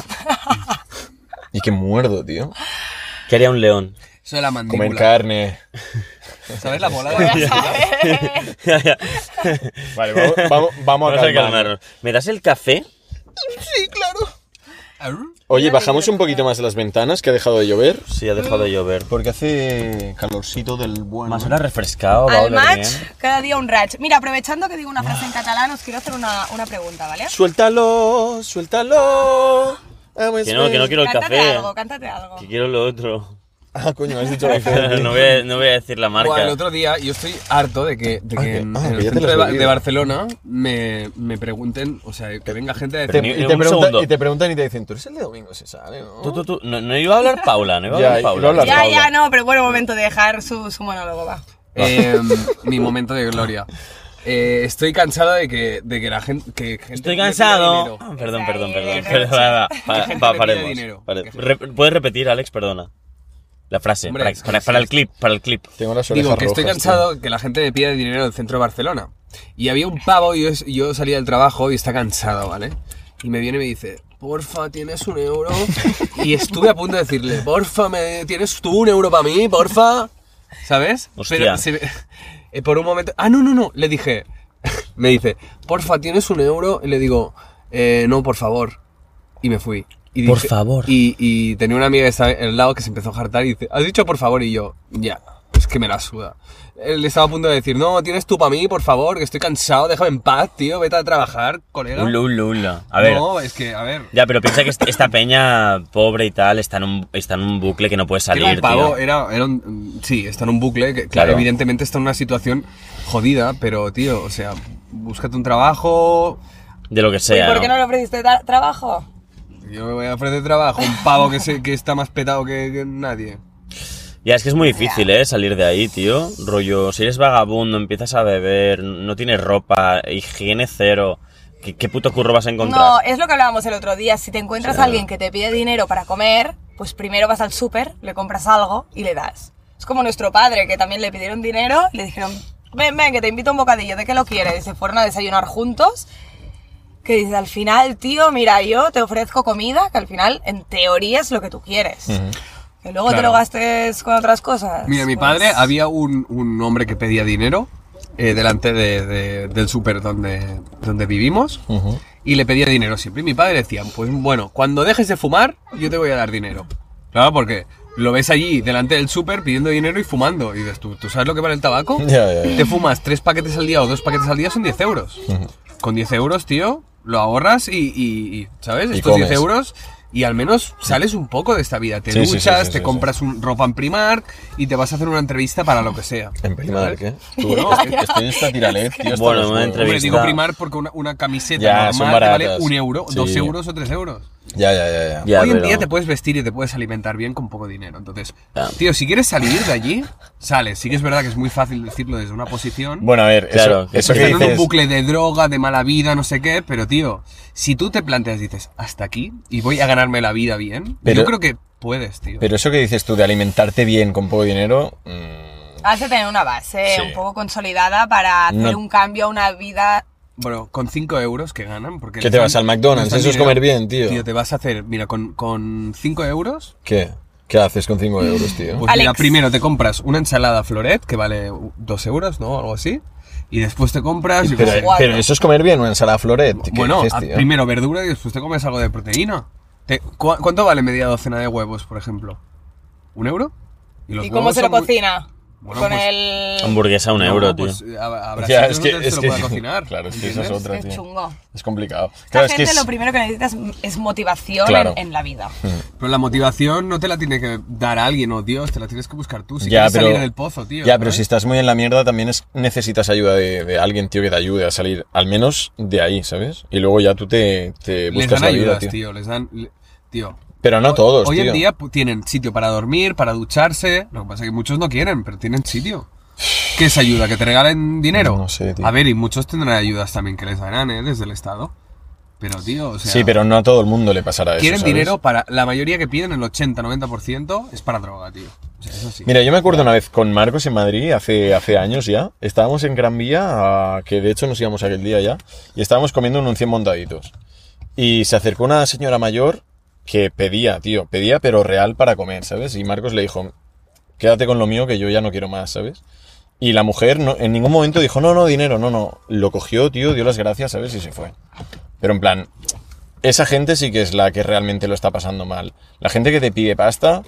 y que muerdo, tío. ¿Qué haría un *laughs* león? *laughs* Eso de la Comer mandíbula. carne. ¿Sabes la bola de la Ya, ya. Vale, *laughs* vamos, vamos, vamos a Vamos a calmarnos. calmarnos. ¿Me das el café? *laughs* Arr. Oye, bajamos un poquito más las ventanas, que ha dejado de llover. Sí, ha dejado de llover. Porque hace calorcito del bueno. Más ahora refrescado, va a Al oler match, bien. cada día un ratch. Mira, aprovechando que digo una frase en catalán, os quiero hacer una, una pregunta, ¿vale? Suéltalo, suéltalo. Ah, pues, Que no, que no quiero el cántate café. algo, cántate algo. Que quiero lo otro. *laughs* Ah, coño, has dicho la diferencia. no, voy a, no voy a decir la marca. Buah, el otro día yo estoy harto de que, de que Ah, en, ah, en que el ya te centro lo has de, Ba- bebido. de Barcelona me, me pregunten, o sea, que venga gente a Te- decir, Ni- y, un te preguntan, segundo. y te preguntan y te dicen, tú eres el de domingo, se sale, ¿no? Tú, tú, tú. No, no iba a hablar Paula, no iba a Ya, hablar iba a Paula. hablar Ya, Paula. ya, no, pero bueno, momento de dejar su, su monólogo, va. eh, mi momento de *laughs* gloria. Eh, estoy cansado de que, de que la gente... Que gente Estoy me pida cansado. dinero. Ah, Perdón, Está perdón, perdón. bien, Nacho. perdón, va, va, gente va, me pide paremos. dinero. Pare- Que Re- ¿Puedes repetir, Alex? Perdona. La frase. Hombre, para, es que para- sí, para el sí. clip, para el clip. Tengo las orejas Digo, que estoy rojas, cansado que la gente me pida dinero del centro de Barcelona. Y había un pavo, y yo, yo salía del trabajo y está cansado, ¿vale? Y me viene y me dice, porfa, ¿tienes un euro? Y estuve a punto de decirle, porfa, me- ¿tienes tú un euro para mí, porfa? ¿Sabes? Hostia. se me- eh, por un momento... Ah, no, no, no, le dije... *laughs* me dice, porfa, ¿tienes un euro? Y le digo, "Eh, no, por favor. Y me fui. Y Por favor. Y, y tenía una amiga que estaba al lado que se empezó a jartar y dice, ¿has dicho por favor? Y yo, ya, es que me la suda. Él estaba a punto de decir, no, tienes tú para mí, por favor, que estoy cansado, déjame en paz, tío, vete a trabajar, colega. Ula, ula, ula. A ver. No, es que, a ver, Ya, pero piensa que est- esta peña pobre y tal está en un, está en un bucle que no puede salir, era un pavo, eh. tío. era, era un, sí, está en un bucle, que, Claro. claro, evidentemente está en una situación jodida, pero, tío, o sea, búscate un trabajo, De lo que ¿Y sea. por qué ¿no? no le ofreciste ta- trabajo? yo me voy a ofrecer trabajo, un pavo que, se, que está más petado que, que nadie. Ya, es que es muy difícil, ¿eh? Salir de ahí, tío. Rollo, si eres vagabundo, empiezas a beber, no tienes ropa, higiene cero. ¿Qué, qué puto curro vas a eh, No, encontrar? es lo que hablábamos el otro día. Si te encuentras a alguien que te pide dinero para comer, pues primero vas al súper, le compras algo y le das. Es como nuestro padre, que también le pidieron dinero, le dijeron, ven, ven, que te invito a un bocadillo, ¿de qué lo quieres? Y se fueron a desayunar juntos. Que dice, al final, tío, mira, yo te ofrezco comida, que al final, en teoría, es lo que tú quieres. Que luego te Claro. lo gastes con otras cosas. Mira, mi pues- padre había un, un hombre que pedía dinero eh, delante de- de- del súper donde, donde vivimos Ujú. y le pedía dinero siempre. Y mi padre decía, pues bueno, cuando dejes de fumar, yo te voy a dar dinero. Claro, porque lo ves allí delante del súper pidiendo dinero y fumando. Y dices, ¿tú, ¿tú sabes lo que vale el tabaco? Ya, ya, ya. Te fumas tres paquetes al día o dos paquetes al día son 10 euros. Con 10 euros, tío, lo ahorras y, y- y, ¿sabes? Y Estos 10 comes. euros y al menos sales un poco de esta vida. Te Sí, sí, sí, duchas, sí, te sí, compras un, ropa en Primark y te vas a hacer una entrevista para lo que sea. En Primark, ¿eh? Tú, *laughs* No, estoy, estoy esta tiralet, tío. hasta Bueno, los una huevos. Hombre, entrevista. digo Primark porque una, una camiseta Ya, son normal te vale baratas. un euro, Sí. dos euros o tres euros. Ya, ya, ya, ya. Ya, Hoy en pero- día te puedes vestir y te puedes alimentar bien con poco dinero. Entonces, Ya. tío, si quieres salir de allí, sales. Sí que es verdad que es muy fácil decirlo desde una posición. Bueno, a ver, Claro, eso, que eso que Están en un dices... bucle de droga, de mala vida, no sé qué, pero tío, si tú te planteas, dices, hasta aquí y voy a ganarme la vida bien, Pero- yo creo que puedes, tío. Pero eso que dices tú de alimentarte bien con poco dinero... mm, Has de tener una base Sí. un poco consolidada para hacer No- un cambio a una vida Bueno, con 5 euros que ganan, porque... ¿Qué les te dan- vas al McDonald's? les dan Eso es dinero. comer bien, tío. Tío, te vas a hacer, mira, con, con 5 euros, ¿Qué? ¿Qué haces con 5 euros, tío? pues mira, Alex. primero te compras una ensalada floret, que vale 2 euros, ¿no? Algo así, y después te compras... yo qué Pero, sé, guau. pero eso es comer bien, una ensalada floret. ¿Qué bueno, dices, a- tío? primero verdura y después te comes algo de proteína. Te- ¿cu- ¿Cuánto vale media docena de huevos, por ejemplo? ¿Un euro? los ¿Y cómo huevos se lo son muy- cocina? Bueno, Con pues- el... Hamburguesa un No, euro, tío. pues, ha- habrá Ya, sitios donde se lo pueda sí, cocinar. Claro, es que esa ¿entiendes? es otra, Es tío. chungo. Es complicado. Esta Claro, es gente que es- lo primero que necesitas es motivación Claro. en, en *laughs* la vida. Pero la motivación no te la tiene que dar alguien, o Dios, te la tienes que buscar tú. Si ya, quieres pero, salir del pozo, tío. ya, pero si ¿sabes? estás muy en la mierda también es, necesitas ayuda de, de alguien, tío, que te ayude a salir, al menos de ahí, ¿sabes? Y luego ya tú te, te Les buscas dan la vida, ayudas, tío. tío. Les dan. le- Tío. Pero no todos, Hoy tío. en día pu- tienen sitio para dormir, para ducharse. Lo que pasa es que muchos no quieren, pero tienen sitio. ¿Qué es ayuda? ¿Que te regalen dinero? No sé, tío. A ver, y muchos tendrán ayudas también que les darán, ¿eh? Desde el Estado. Pero, tío, o sea. sí, pero no a todo el mundo le pasará eso. Quieren ¿sabes? dinero para. La mayoría que piden, el 80-90%, es para droga, tío. O sea, eso sí. Mira, yo me acuerdo una vez con Marcos en Madrid, hace, hace años ya. Estábamos en Gran Vía, a- que de hecho nos íbamos aquel día ya, y estábamos comiendo un 100 montaditos. Y se acercó una señora mayor que pedía, tío, pedía pero real para comer, ¿sabes? Y Marcos le dijo, quédate con lo mío que yo ya no quiero más, ¿sabes? Y la mujer no- en ningún momento dijo, no, no, dinero, no, no. Lo cogió, tío, dio las gracias, ¿sabes? Y se fue. Pero en plan, esa gente sí que es la que realmente lo está pasando mal. La gente que te pide pasta,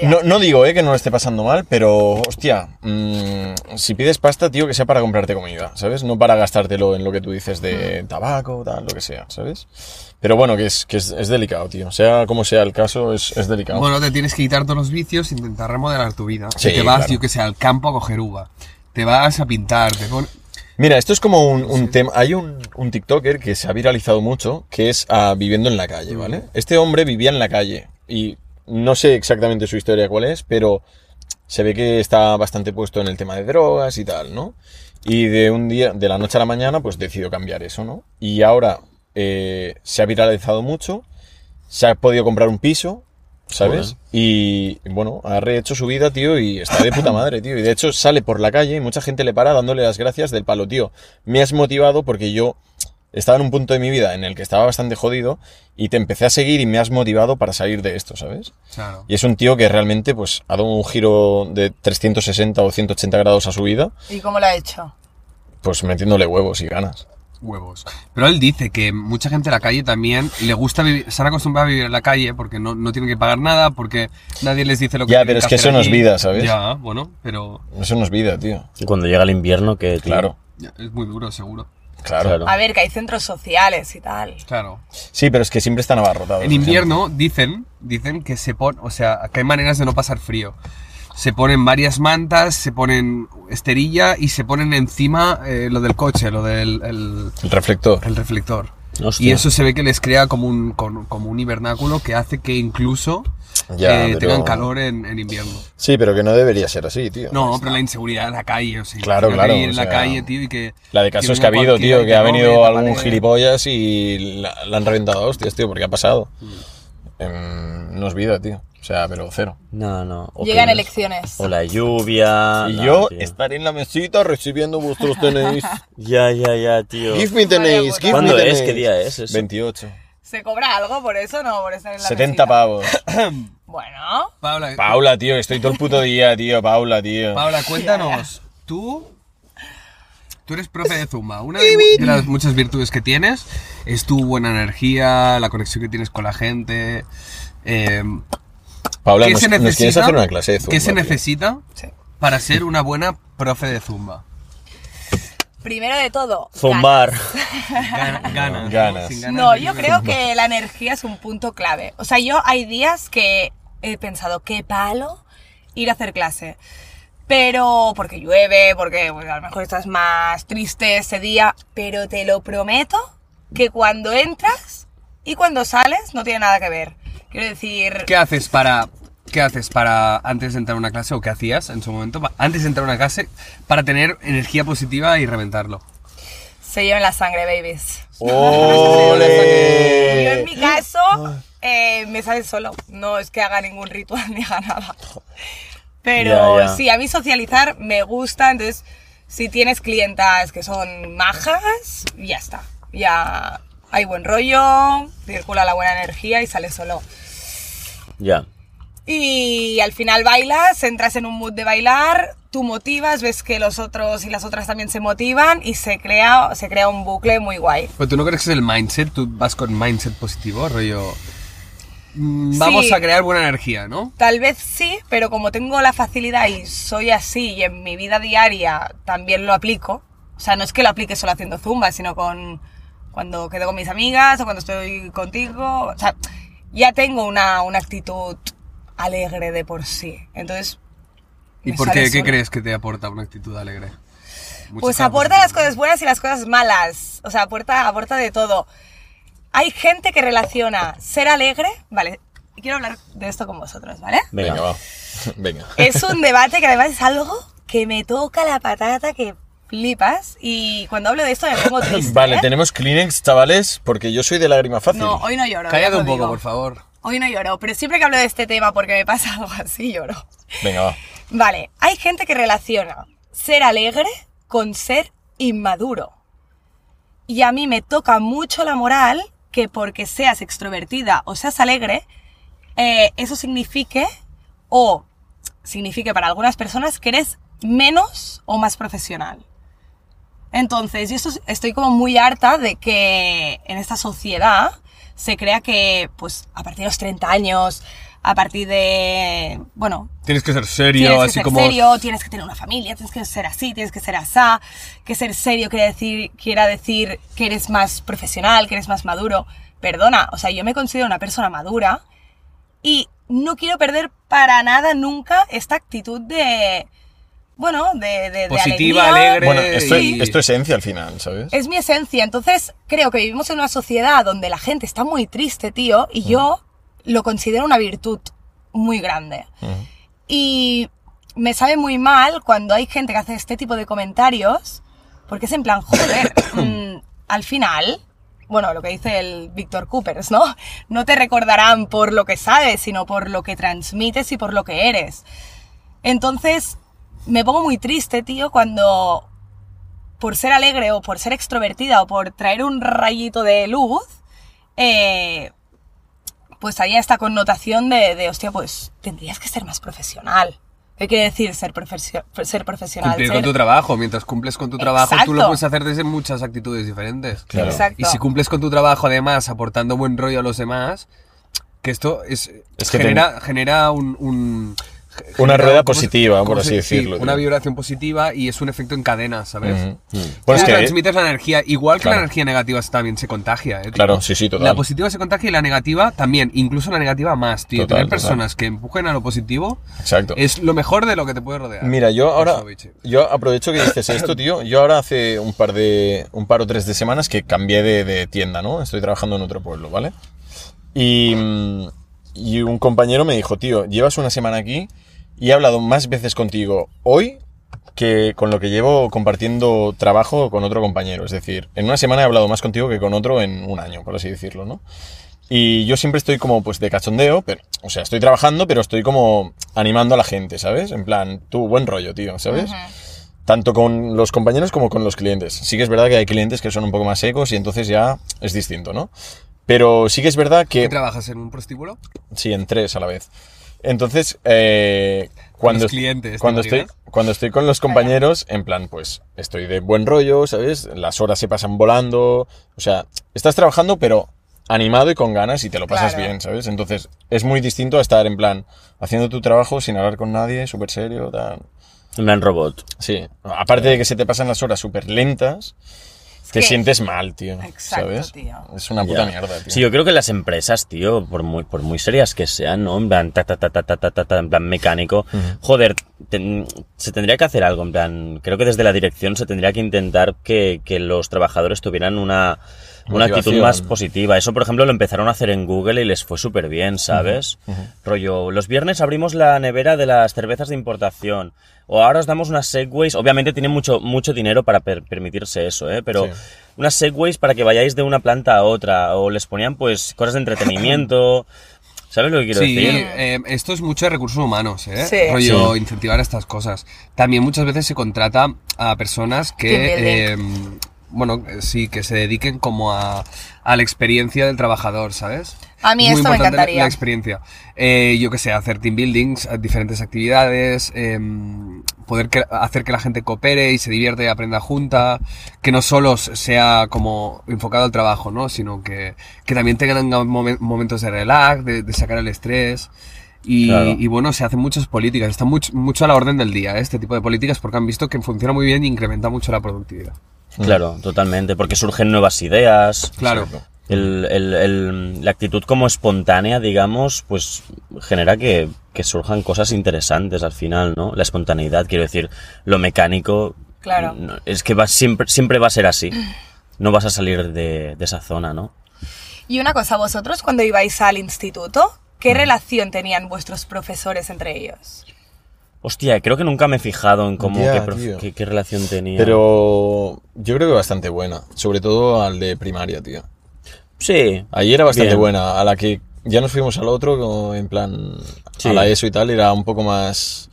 Ya. no, no digo, eh, que no lo esté pasando mal, pero, hostia, mm, si pides pasta, tío, que sea para comprarte comida, ¿sabes? No para gastártelo en lo que tú dices de tabaco, tal, lo que sea, ¿sabes? Pero bueno, que es, que es, es delicado, tío. Sea como sea el caso, es, es delicado. Bueno, te tienes que quitar todos los vicios, intentar remodelar tu vida. Sí, te vas, claro. yo que sé, al campo a coger uva. Te vas a pintar, te pon- Mira, esto es como un, un tema. Hay un, un TikToker que se ha viralizado mucho, que es ah, viviendo en la calle, ¿vale? Este hombre vivía en la calle y no sé exactamente su historia cuál es, pero se ve que está bastante puesto en el tema de drogas y tal, ¿no? Y de un día, de la noche a la mañana, pues decidió cambiar eso, ¿no? Y ahora eh, se ha viralizado mucho, se ha podido comprar un piso, ¿sabes? Y bueno, ha rehecho su vida, tío, y está de puta madre, tío. Y de hecho sale por la calle y mucha gente le para dándole las gracias del palo, tío. Me has motivado porque yo estaba en un punto de mi vida en el que estaba bastante jodido y te empecé a seguir y me has motivado para salir de esto, ¿sabes? Claro. Y es un tío que realmente pues ha dado un giro de 360 o 180 grados a su vida, ¿Y cómo lo ha hecho? pues metiéndole huevos y ganas. Huevos. Pero él dice que mucha gente en la calle también le gusta vivir, se han acostumbrado a vivir en la calle porque no, no tienen que pagar nada, porque nadie les dice lo que Ya, tienen pero es que hacer eso no es allí. vida, ¿sabes? Ya, bueno, pero Eso no es vida, tío. Y cuando llega el invierno, que... tío, Claro, ya, es muy duro, seguro. claro. Claro. A ver, que hay centros sociales y tal. Claro. Sí, pero es que siempre están abarrotados. En invierno dicen, dicen que se pon, o sea, que hay maneras de no pasar frío. Se ponen varias mantas, se ponen esterilla y se ponen encima eh, lo del coche, lo del el, El reflector. el reflector. Hostia. Y eso se ve que les crea como un, con- como un hivernáculo que hace que incluso Ya, eh, pero- tengan calor en, en invierno. Sí, pero que no debería ser así, tío. No, pero la inseguridad en la calle, o sea, pues Claro, imagínate claro, ir o en la sea, calle, tío, y que... La de que casos que ha venga habido, cualquiera tío, y que ha te robe, venido te algún apague. gilipollas y la, la han reventado a hostias, tío, porque ha pasado. Em, no es vida, tío. O sea, pero cero. No, no. o Llegan que- elecciones. O la lluvia... Ah, Y no, yo tío. estaré en la mesita recibiendo vuestros tenéis. Ya, ya, ya, tío. Give me tenéis, give ¿Cuándo me es? tenéis. ¿Qué día es eso? 28. ¿Se cobra algo por eso? No, por estar en la 70 mesita. pavos. Bueno, Paula, Paula, tío, estoy todo el puto día, tío, Paula, tío. Paula, cuéntanos, tú... Tú eres profe de Zumba. Una de, mu- de las muchas virtudes que tienes es tu buena energía, la conexión que tienes con la gente. eh, Paula, ¿qué nos, se nos necesita, quieres hacer una clase de Zumba, ¿Qué se tío? necesita sí. para ser una buena profe de Zumba? primero de todo. Zumbar. Gana- *laughs* Ganas. ¿no? Ganas. Sin No, yo sin creo que la energía es un punto clave. O sea, yo hay días que he pensado, qué palo ir a hacer clase. Pero porque llueve, porque bueno, a lo mejor estás más triste ese día, pero te lo prometo que cuando entras y cuando sales no tiene nada que ver. Quiero decir, ¿Qué haces para qué haces para antes de entrar a una clase o qué hacías en su momento pa- antes de entrar a una clase para tener energía positiva y reventarlo? se llevan la sangre, babies. Yo en *laughs* ¡Ole! mi *gasps* caso eh, me sale solo. No es que haga ningún ritual *laughs* ni haga nada. Pero Ya, ya. sí, a mí socializar me gusta. Entonces, si tienes clientas que son majas, ya está. Ya hay buen rollo, circula la buena energía y sale solo. *laughs* ya. Y al final bailas, entras en un mood de bailar, tú motivas, ves que los otros y las otras también se motivan y se crea, se crea un bucle muy guay. Pero Pues tú no crees que es el mindset, tú vas con mindset positivo, rollo. mm, Vamos Sí. a crear buena energía, ¿no? Tal vez sí, pero como tengo la facilidad y soy así y en mi vida diaria también lo aplico, o sea, no es que lo aplique solo haciendo zumba, sino con cuando quedo con mis amigas o cuando estoy contigo, o sea, ya tengo una, una actitud alegre de por sí. Entonces, ¿Y me por sale qué? ¿Qué sola. crees que te aporta una actitud alegre? Mucha Pues cara aporta positiva. las cosas buenas y las cosas malas. O sea, aporta, aporta de todo. Hay gente que relaciona ser alegre. Vale, quiero hablar de esto con vosotros, ¿vale? Venga. Venga, va. Venga. *laughs* Es un debate que además es algo que me toca la patata que flipas. Y cuando hablo de esto me *laughs* pongo triste. Vale, ¿eh? tenemos Kleenex, chavales, porque yo soy de lágrima fácil. No, hoy no lloro. ya Cállate os un lo poco, digo. por favor. Hoy no lloro, pero siempre que hablo de este tema porque me pasa algo así lloro. Venga, va. Vale, hay gente que relaciona ser alegre con ser inmaduro. Y a mí me toca mucho la moral que porque seas extrovertida o seas alegre, eh, eso signifique o signifique para algunas personas que eres menos o más profesional. Entonces, yo esto es- estoy como muy harta de que en esta sociedad se crea que, pues, a partir de los 30 años, a partir de, bueno, Tienes que ser tienes serio, que así ser como. serio, tienes que tener una familia, tienes que ser así, tienes que ser asá, que ser serio quiera decir, quiera decir que eres más profesional, que eres más maduro. Perdona, o sea, yo me considero una persona madura y no quiero perder para nada nunca esta actitud de, bueno, de, de- de Positiva, alegría. alegre. Bueno, esto, y- Eh, esto es esencia al final, ¿sabes? Es mi esencia, entonces creo que vivimos en una sociedad donde la gente está muy triste, tío, y yo lo considero una virtud muy grande. Ujú. Y me sabe muy mal cuando hay gente que hace este tipo de comentarios, porque es en plan, joder, mm, al final, bueno, lo que dice el Víctor Coopers, ¿no? No te recordarán por lo que sabes, sino por lo que transmites y por lo que eres. Entonces, me pongo muy triste, tío, cuando por ser alegre o por ser extrovertida o por traer un rayito de luz, eh, pues hay esta connotación de, de, hostia, pues tendrías que ser más profesional. ¿Qué quiere decir ser, profesio- ser profesional? Cumplir Ser- con tu trabajo. Mientras cumples con tu trabajo, tú lo Exacto. puedes hacer desde muchas actitudes diferentes. Claro. Exacto. Y si cumples con tu trabajo, además, aportando buen rollo a los demás, que esto es, Es que genera, genera un... un- Una genera- rueda ¿cómo se- positiva, cómo por se- así sí, decirlo, una tío. vibración positiva y es un efecto en cadena, ¿sabes? Ujú. Tú Bueno, es que, transmites la energía, igual que Claro. la energía negativa también se contagia, ¿eh? tío? Claro, sí, sí, total. La positiva se contagia y la negativa también, incluso la negativa más, tío. Total, Tener total. personas que empujen a lo positivo exacto. es lo mejor de lo que te puede rodear. Mira, yo ahora Eso, biche. yo aprovecho que dices esto, tío. Yo ahora hace un par de un par o tres de semanas que cambié de, de tienda, ¿no? Estoy trabajando en otro pueblo, ¿vale? Y, mm, y un compañero me dijo, tío, llevas una semana aquí y he hablado más veces contigo hoy que con lo que llevo compartiendo trabajo con otro compañero. Es decir, en una semana he hablado más contigo que con otro en un año, por así decirlo, ¿no? Y yo siempre estoy como pues de cachondeo, pero, o sea, estoy trabajando, pero estoy como animando a la gente, ¿sabes? En plan, tú, buen rollo, tío, ¿sabes? Tanto con los compañeros como con los clientes. Sí que es verdad que hay clientes que son un poco más secos y entonces ya es distinto, ¿no? Pero sí que es verdad ¿Qué que... trabajas en un prostíbulo? Sí, en tres a la vez. Entonces, eh, cuando, Los clientes, ¿te cuando, estoy, imaginas? cuando estoy con los compañeros, en plan, pues estoy de buen rollo, ¿sabes? Las horas se pasan volando, o sea, estás trabajando pero animado y con ganas y te lo pasas Claro. bien, ¿sabes? Entonces, es muy distinto a estar en plan, haciendo tu trabajo sin hablar con nadie, súper serio, tal. Un gran robot. Sí, aparte de que se te pasan las horas súper lentas, te que- sientes mal, tío, Exacto, ¿sabes? tío. Es una puta Ya. mierda, tío. Sí, yo creo que las empresas, tío, por muy, por muy serias que sean, ¿no? En plan, ta, ta, ta, ta, ta, ta, ta, ta, en plan mecánico, joder, ten- se tendría que hacer algo, en plan, creo que desde la dirección se tendría que intentar que, que los trabajadores tuvieran una, una actitud Motivación. más positiva. Eso, por ejemplo, lo empezaron a hacer en Google y les fue súper bien, ¿sabes? Rollo, los viernes abrimos la nevera de las cervezas de importación, o ahora os damos unas Segways, obviamente tienen mucho, mucho dinero para per- permitirse eso, ¿eh? Pero Sí. unas segways para que vayáis de una planta a otra, o les ponían pues cosas de entretenimiento. ¿Sabes lo que quiero Sí, decir? eh, esto es mucho de recursos humanos, ¿eh? Sí. Rollo Sí. incentivar estas cosas. También muchas veces se contrata a personas que, Team eh, bueno, sí, que se dediquen como a, a la experiencia del trabajador, ¿sabes? A mí Es muy esto me importante la- encantaría. La experiencia. Eh, yo que sé, hacer team buildings, eh, diferentes actividades, em, poder que- hacer que la gente coopere y se divierte y aprenda junta, que no solo sea como enfocado al trabajo, ¿no? Sino que, que también tengan momen- momentos de relax, de, de sacar el estrés. Y, Claro. y bueno, se hacen muchas políticas, está mucho, mucho a la orden del día eh, este tipo de políticas porque han visto que funciona muy bien y incrementa mucho la productividad. Claro, totalmente, porque surgen nuevas ideas. Claro. Exacto. El- el- el- la actitud como espontánea, digamos, pues genera que, que surjan cosas interesantes al final, ¿no? La espontaneidad, quiero decir, lo mecánico. Claro. no- es que va, siempre, siempre va a ser así. No vas a salir de, de esa zona, ¿no? Y una cosa, vosotros cuando ibais al instituto, ¿qué relación tenían vuestros profesores entre ellos? Hostia, creo que nunca me he fijado en cómo, Ya, qué, prof- tío. qué- qué relación tenía. Pero yo creo que bastante buena, sobre todo al de primaria, tío. Sí. Ahí era bastante Bien. buena, a la que ya nos fuimos al otro, como en plan, Sí. a la ESO y tal, era un poco más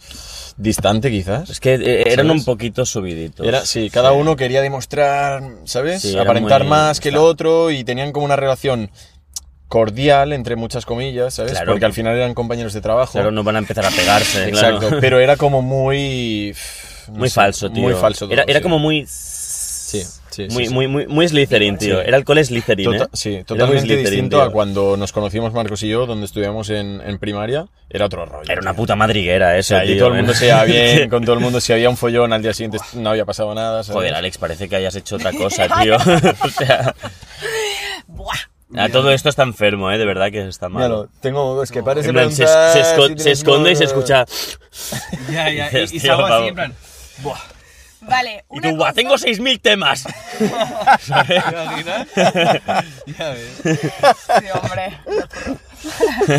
distante quizás. Es que eh, eran ¿Sabes? un poquito subiditos. Era, sí, cada uno quería demostrar, ¿sabes? Sí, era Aparentar muy- más que el otro y tenían como una relación cordial, entre muchas comillas, ¿sabes? Claro. Porque al final eran compañeros de trabajo. Claro, no van a empezar a pegarse. *laughs* claro. Exacto, pero era como muy... no Muy sé, falso, tío. Muy falso. todo, Era, era sí. como muy. sí, muy, sí. Muy, muy, muy Slytherin, tío. Sí. Era el cole Slytherin, ¿eh? Tota- Era sí, muy totalmente Slytherin, distinto tío. a cuando nos conocimos Marcos y yo, donde estudiamos en, en primaria, era otro rollo. Era una tío. puta madriguera O eso, sea, allí tío, todo el ¿eh? mundo se *laughs* llevaba bien, con todo el mundo, si había un follón al día siguiente no había pasado nada, ¿sabes? Joder, Alex, parece que hayas hecho otra cosa, tío. *laughs* o sea, ¡Buah! a todo esto está enfermo, ¿eh? De verdad que está mal. Míralo, tengo, es que parece En plan, se, plantar, se esco- se si tienes esconde y se novio. escucha. Ya, ya, y- y Dices, tío, salgo así, vamos. en plan, Vale, Y una tú, "Buah, cosa- tengo 6.000 *laughs* temas! *laughs* Sí, hombre.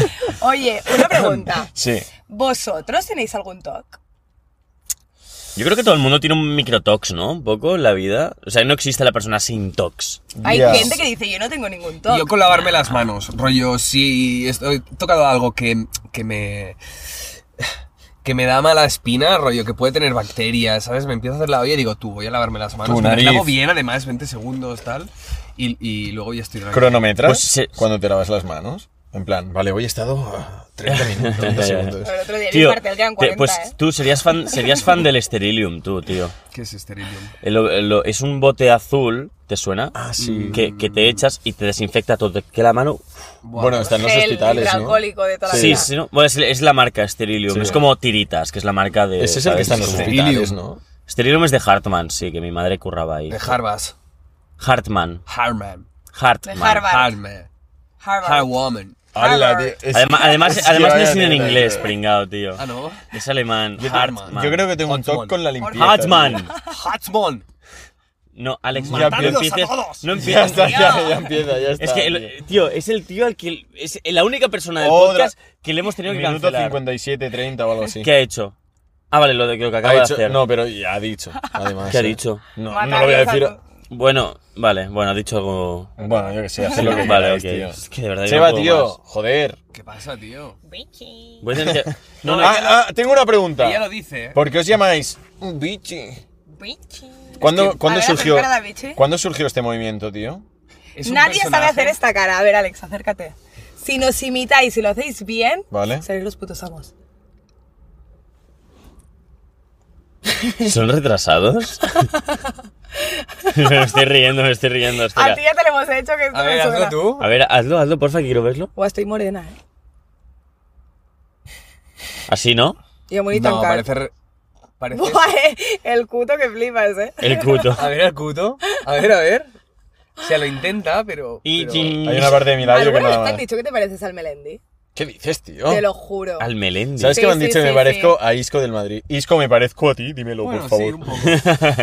*laughs* Oye, una pregunta. Sí, ¿Vosotros tenéis algún TOC? Yo creo que todo el mundo tiene un microtox, ¿no? Un poco en la vida. O sea, no existe la persona sin tox. Hay ya. gente que dice, yo no tengo ningún TOC. Yo con lavarme las manos, rollo, si estoy, he tocado algo que, que me... Que me da mala espina, rollo, que puede tener bacterias, ¿sabes? Me empiezo a hacer la olla y digo, tú, voy a lavarme las manos. Tu me nariz. hago bien, además, 20 segundos, tal. Y, y luego ya estoy tranquilo. cronometras Pues se- cuando te lavas las manos. En plan, vale, hoy he estado ah, *laughs* 30 minutos, 30 segundos. El otro día vi Tío, parte del gran te- 40, pues ¿eh? tú serías fan, serías fan del Sterilium, tú, tío. ¿Qué es este esterilium? El- el- es un bote azul, ¿te suena? Mm. Ah, sí. Que, que te echas y te desinfecta todo. Te queda la mano. Bueno, está en los Gel hospitales, ¿no? hidroalcohólico de toda la Sí, vida. sí, ¿no? Bueno, es, es la marca Sterilium. Sí. Es como tiritas, que es la marca de. Ese es el ¿sabes? que está en los como- Sterilium. hospitales, ¿no? Sterilium es de Hartman, sí, que mi madre curraba ahí. De Harvas. Hartman. Harman. Hartman. De Harvard. Harman. Harvard. Harwoman. Hala, tío, es- Además, además, es que además no vaya es ni en mierda, inglés, tío. pringado, tío. Ah, *laughs* ¿no? Es alemán. Yo- Hartman. Yo creo que tengo un Hartman. toque con la limpieza. Hartman. Hartman. No, Alex, no, no Matadlos a empieces. todos. No Ya empieces. está, ya, ya empieza, ya está. Es que, tío. el, eh, tío, es el tío al que. Es la única persona del Otra- podcast que le hemos tenido que Minuto cancelar. 57, 30 o algo así. ¿Qué ha hecho? Ah, vale, lo de lo que Ha acaba de hecho- hacer. No, pero ya ha *laughs* dicho, además. ¿Qué ha eh. dicho? No, no Matarlos lo voy a a decir. todos. Bueno, vale, bueno, ha dicho algo. Bueno, yo que sé, hacer lo *laughs* que vale, ok. queráis, Es tío. que de verdad. yo Seba, no puedo tío, más. joder. ¿Qué pasa, tío? Voy a *laughs* tener que- No, no, Ah, ah, tengo una pregunta. Ella lo dice. ¿eh? ¿Por qué os llamáis un bichi? ¿Cuándo, ¿cuándo A ver, surgió, acercar a la bichi. ¿Cuándo surgió este movimiento, tío? Es un Nadie sabe personaje- hacer esta cara. A ver, Alex, acércate. Si nos imitáis y lo hacéis bien, Vale. seréis los putos amos. ¿Son *laughs* retrasados? *laughs* me estoy riendo, me estoy riendo. A espera. ti ya te lo hemos hecho que esto A ver, me suena. hazlo tú. A ver, hazlo, hazlo, porfa, que quiero verlo. Buah, estoy morena, ¿eh? Así, ¿no? Y a bonito no, en cara. parece... re- parece- *laughs* Buah, eh, el cuto que flipas, ¿eh? El cuto. A ver al cuto. A ver, a ver. O sea, lo intenta, pero... Y pero- chin. Hay una parte de mi labio que Oh, ¿Alguna vez no... te han dicho que te pareces al Melendi? ¿Qué dices, tío? Te lo juro. Al Melendi. ¿Sabes Sí, qué me han sí, dicho? sí, me sí. parezco a Isco del Madrid. Isco, me parezco a ti, dímelo, Bueno, por favor. sí, un poco. Tú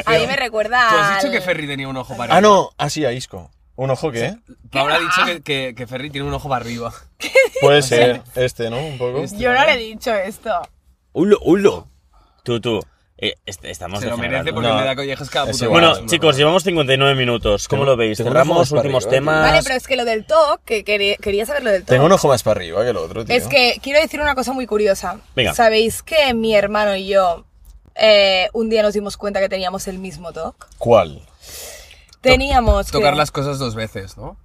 A mí me recuerda has dicho al- que Ferry tenía un ojo para Ah, arriba. no, ah, sí, a Isco. Un ojo que, ¿eh? Paula ha dicho que, que, que Ferry tiene un ojo para arriba. Puede ser este, ¿no? Un poco. Este. Yo no le he dicho esto. Ah, Ulo, ulo. Tú, tú. Eh, est- estamos Se lo merece degenerando. porque No. le da collejas cada Es puto igual, Bueno, día. Es una chicos, llevamos 59 minutos. ¿Cómo Tengo- lo veis? tengo Cerramos unos para últimos arriba, ¿eh? tío. temas. Vale, pero es que lo del TOC, que quería, quería saber lo del TOC. Tengo un ojo más para arriba que el otro, tío. Es que quiero decir una cosa muy curiosa. Venga. ¿Sabéis que mi hermano y yo eh, un día nos dimos cuenta que teníamos el mismo TOC? ¿Cuál? Teníamos Tocar creo, las cosas dos veces, ¿no?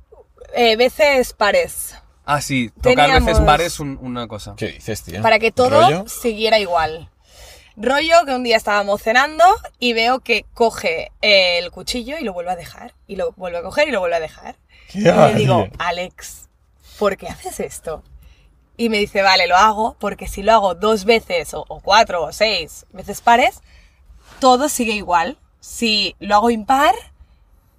eh, veces pares. Ah, sí, tocar a veces Teníamos- bares un- una cosa. ¿Qué dices, tío? para que todo ¿Rollo? siguiera igual. Rollo que un día estábamos cenando y veo que coge el cuchillo y lo vuelve a dejar, y lo vuelve a coger y lo vuelve a dejar. *laughs* ¿Qué Y le digo, haces? Alex, ¿por qué haces esto? Y me dice, vale, lo hago porque si lo hago dos veces, o, o cuatro, o seis veces pares, todo sigue igual. Si lo hago impar,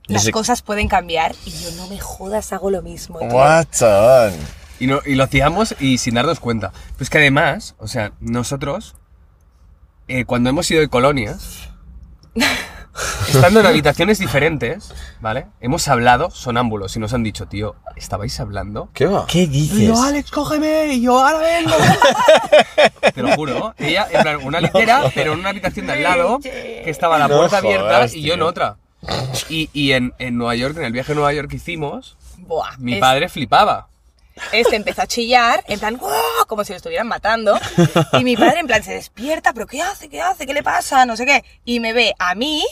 las Ese- cosas pueden cambiar. Y yo, no me jodas, hago lo mismo. tío". Guau, chaval. Y, no- y lo hacíamos y sin darnos cuenta. Pero es que además, o sea, nosotros, eh, cuando hemos ido de *laughs* colonias, estando en habitaciones diferentes, ¿vale? Hemos hablado sonámbulos y nos han dicho, tío, ¿estabais hablando? ¿Qué va? ¿Qué dices? Alex, cógeme, y yo, ahora vengo. Te lo juro, ella, en plan, *laughs* una litera, pero en una habitación de al lado, que estaba la No puerta abierta jodas, y yo en tío. otra. Y, y en, en Nueva York, en el viaje a Nueva York que hicimos, Buah, mi es- padre flipaba. Este empezó a chillar, en plan, "¡Guau!", como si lo estuvieran matando. Y mi padre, en plan, se despierta, pero ¿qué hace? ¿Qué hace? ¿Qué le pasa? No sé qué. Y me ve a mí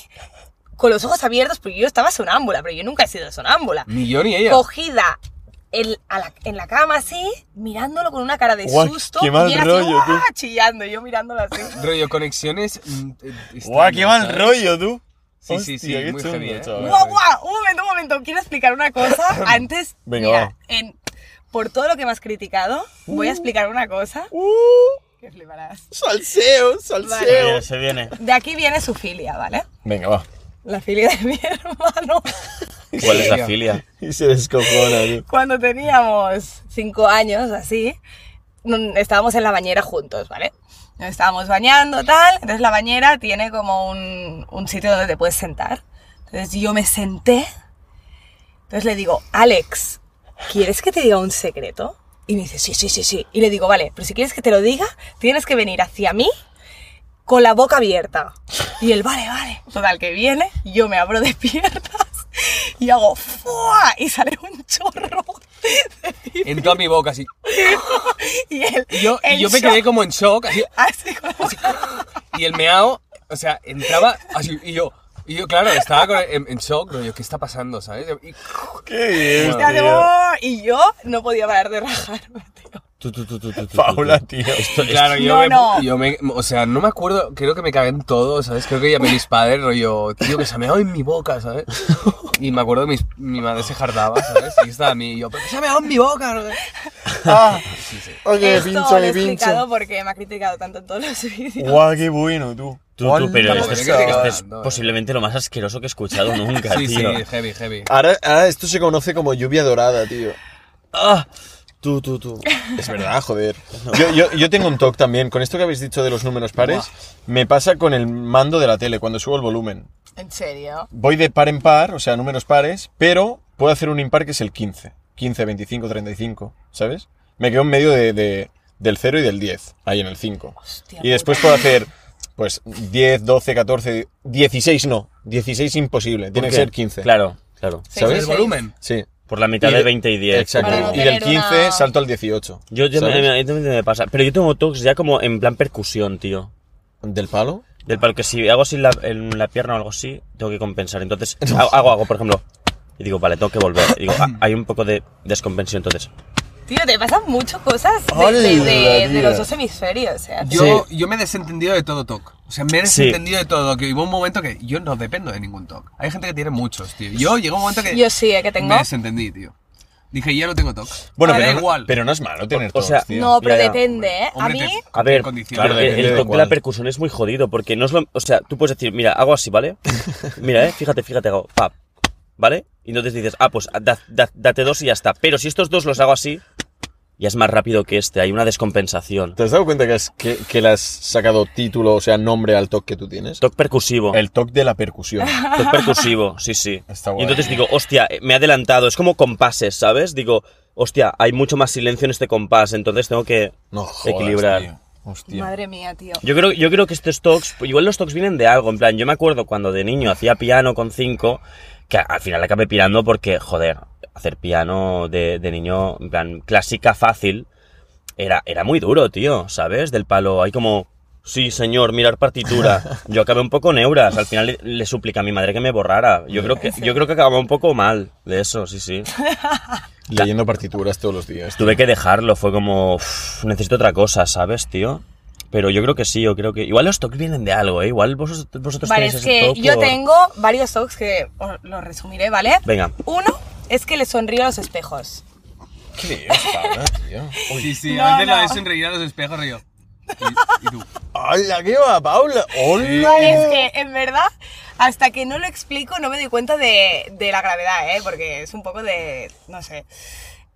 con los ojos abiertos, porque yo estaba sonámbula, pero yo nunca he sido sonámbula. Ni yo ni ella. Cogida en, a la, en la cama así, mirándolo con una cara de Guau, susto. qué mal y él así, rollo, "¡Guau!", tú. chillando, y yo mirándolo *laughs* así. Rollo, conexiones. mm, eh, extrañas, Guau, qué mal ¿sabes? rollo, tú. Sí, sí, sí, Hostia, qué muy chungo, heavy, ¿eh? chaval. ¡Guau, guau! Un momento, un momento, quiero explicar *laughs* una cosa. Antes, Venga, va. mira, en- por todo lo que me has criticado, voy a explicar una cosa Uh, que fliparás. salseo, Se salseo. viene, se *laughs* viene. De aquí viene su filia, ¿vale? Venga, va. La filia de *laughs* mi hermano. ¿Cuál es la filia? Y se descojona, tú. Cuando teníamos cinco años, así, mm, estábamos en la bañera juntos, ¿vale? Nos estábamos bañando, tal. Entonces la bañera tiene como un, un sitio donde te puedes sentar. Entonces yo me senté. Entonces le digo, Alex, ¿quieres que te diga un secreto? Y me dice, sí, sí, sí, sí. Y le digo, vale, pero si quieres que te lo diga, tienes que venir hacia mí con la boca abierta. Y él, vale, vale. Total, que viene, yo me abro de *laughs* piernas y hago ¡fua! Y sale un chorro. En toda mi boca, así. Y él. Y yo, y el yo me cho- quedé como en shock, así. Así con la boca- Y el meao, o sea, entraba así. Y yo, y yo claro, estaba con- en, en shock, rollo, ¿qué está pasando, sabes? Y- ¿Qué dices, y hace, tío? "Oh", Y yo no podía parar de rajarme, tío. Tú, tú, tú, tú, tú, tú, *laughs* Paula, tú. tío. y claro, yo, No, me, no. yo me- O sea, no me acuerdo, creo que me cagué en todo, ¿sabes? Creo que llamé a mis padres, rollo, tío, que se ha meado en mi boca, ¿sabes? Y me acuerdo que mis- mi madre se jardaba, ¿sabes? Y estaba a mí, y yo, pero que se ha meado en mi boca, ¿no? Ah, Sí, sí. oye, Esto pincha, lo he que explicado pincha. porque me ha criticado tanto en todos los *laughs* vídeos. Guau, qué bueno, tú. Tú, tú, pero Hola, este es, chaval. este es No, eh. posiblemente lo más asqueroso que he *laughs* escuchado nunca, Sí, sí, tío. heavy, heavy. Ahora, ahora esto se conoce como lluvia dorada, tío. Ah, tú, tú, tú. Es verdad, joder. *laughs* Yo, yo- yo tengo un toque también. Con esto que habéis dicho de los números pares, me pasa con el mando de la tele cuando subo el volumen. En serio. Voy de par en par, o sea, números pares, pero puedo hacer un impar que es el 15. 15, 25, 35, ¿sabes? Me quedo en medio de- de- del 0 y del 10, ahí en el 5. Hostia Y después puedo puta. hacer, pues, 10, 12, 14, 16 no. 16 imposible, tiene que Porque, ser 15. Claro, claro. Sí, ¿sabes? El sí, sí. volumen. Sí. Por la mitad Y de de- 20 y 10. Exacto. como- Para no y del tener 15 una- salto al 18. Yo, yo me, ¿sabes? me- evidentemente me pasa. Pero yo tengo toques ya como en plan percusión, tío. ¿Del palo? Del palo que si hago así en la, en la pierna o algo así, tengo que compensar. *laughs* Entonces, hago, hago, hago, por ejemplo. Y digo, vale, tengo que volver. Y *clears throat* digo, ah, hay un poco de descompensión, entonces. Tío, te pasan mucho cosas de, Hola, de- de- de los tía. dos hemisferios. ¿eh? Yo, yo me he desentendido de todo TOC. O sea, me he Sí. desentendido de todo TOC. Y hubo un momento que yo no dependo de ningún TOC. Hay gente que tiene muchos, tío. Yo llegó un momento que Yo sí, ¿eh? que tengo. me desentendí, tío. Dije, ya no tengo TOC. Bueno, Me pero, da no- igual. pero no es malo tener O- o toques, sea, tío. No, pero Ya, ya. depende, ¿eh? A Hombre, mí. te- A ver, condiciones. claro, el, depende de el toque de cuál. la percusión es muy jodido porque no es lo. O sea, tú puedes decir, mira, hago así, *laughs* ¿vale? Mira, eh, fíjate, fíjate, hago pap, ¿vale? Y entonces dices, ah, pues da- da- date dos y ya está. Pero si estos dos los hago así, ya es más rápido que este, hay una descompensación. ¿Te has dado cuenta que, has- que, que le has sacado título, o sea, nombre al toque que tú tienes? Toc percusivo. El toque de la percusión. Toc percusivo, sí, sí. Está y guay. entonces digo, hostia, eh, me he adelantado, es como compases, ¿sabes? Digo, hostia, hay mucho más silencio en este compás, entonces tengo que No jodas, equilibrar. tío. Hostia. Madre mía, tío. Yo creo, yo creo que estos talks, pues, igual los talks vienen de algo, en plan, yo me acuerdo cuando de niño hacía piano con cinco, que al final acabé pirando porque, joder, hacer piano de, de niño, en plan, clásica fácil, era, era muy duro, tío, ¿sabes? Del palo, hay como sí, señor, mirar partitura. Yo acabé un poco neuras. Al final le, le suplica a mi madre que me borrara. Yo creo que, yo creo que acababa un poco mal de eso, sí, sí. Leyendo partituras todos los días. Tuve que dejarlo, fue como, "Uf, necesito otra cosa, ¿sabes, tío? Pero yo creo que sí, yo creo que... Igual los toques vienen de algo, ¿eh? Igual vosotros, vosotros Vale, tenéis es ese que toque yo por- tengo varios toques que os los resumiré, ¿vale? Venga. Uno es que le sonrío a los espejos. ¿Qué es, Paula, tío? Sí, sí, No, a veces no. la ves sonreír a los espejos, río. Y, y tú. ¡Hola, qué va, Paula! Es ¡Hola! que, en verdad, hasta que no lo explico no me doy cuenta de, de la gravedad, ¿eh? Porque es un poco de... no sé.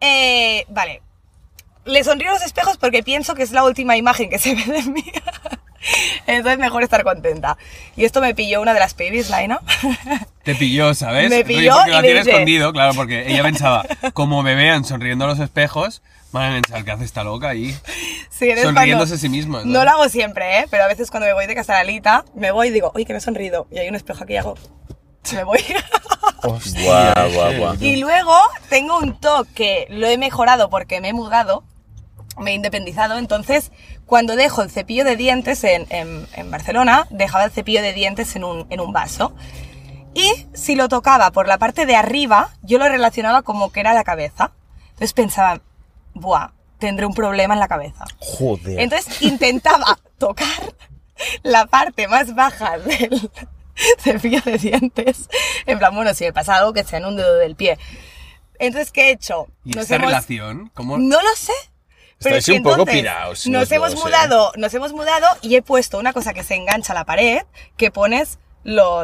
Eh, vale. Le sonrío a los espejos porque pienso que es la última imagen que se ve de mí. *laughs* Entonces mejor estar contenta. Y esto me pilló una de las babies, *laughs* Laina. Te pilló, ¿sabes? Me Río, pilló porque y la me tiene dice- escondido, claro, porque ella pensaba, como me vean sonriendo a los espejos, van a pensar que hace esta loca ahí. Sí, en Sonriéndose cuando- a sí misma, ¿no? No lo hago siempre, ¿eh? Pero a veces cuando me voy de casa a Lalita, me voy y digo, uy, que me he sonrido. Y hay un espejo aquí *laughs* y hago, me voy. Hostia, Guau, guau, qué *laughs* guau. heavy. y luego tengo un toque que lo he mejorado porque me he mudado, me he independizado. Entonces, cuando dejo el cepillo de dientes en, en- en Barcelona, dejaba el cepillo de dientes en un, en un vaso. Y si lo tocaba por la parte de arriba, yo lo relacionaba como que era la cabeza. Entonces pensaba, buah, tendré un problema en la cabeza. Joder. Entonces intentaba *laughs* tocar la parte más baja del cepillo de dientes. En plan, bueno, si me pasa algo que sea en un dedo del pie. Entonces, ¿qué he hecho? ¿Y Nos esta hemos- relación? ¿Cómo? No lo sé. Estáis un poco piraos, Nos los hemos dos, ¿eh? mudado, nos hemos mudado y he puesto una cosa que se engancha a la pared, que pones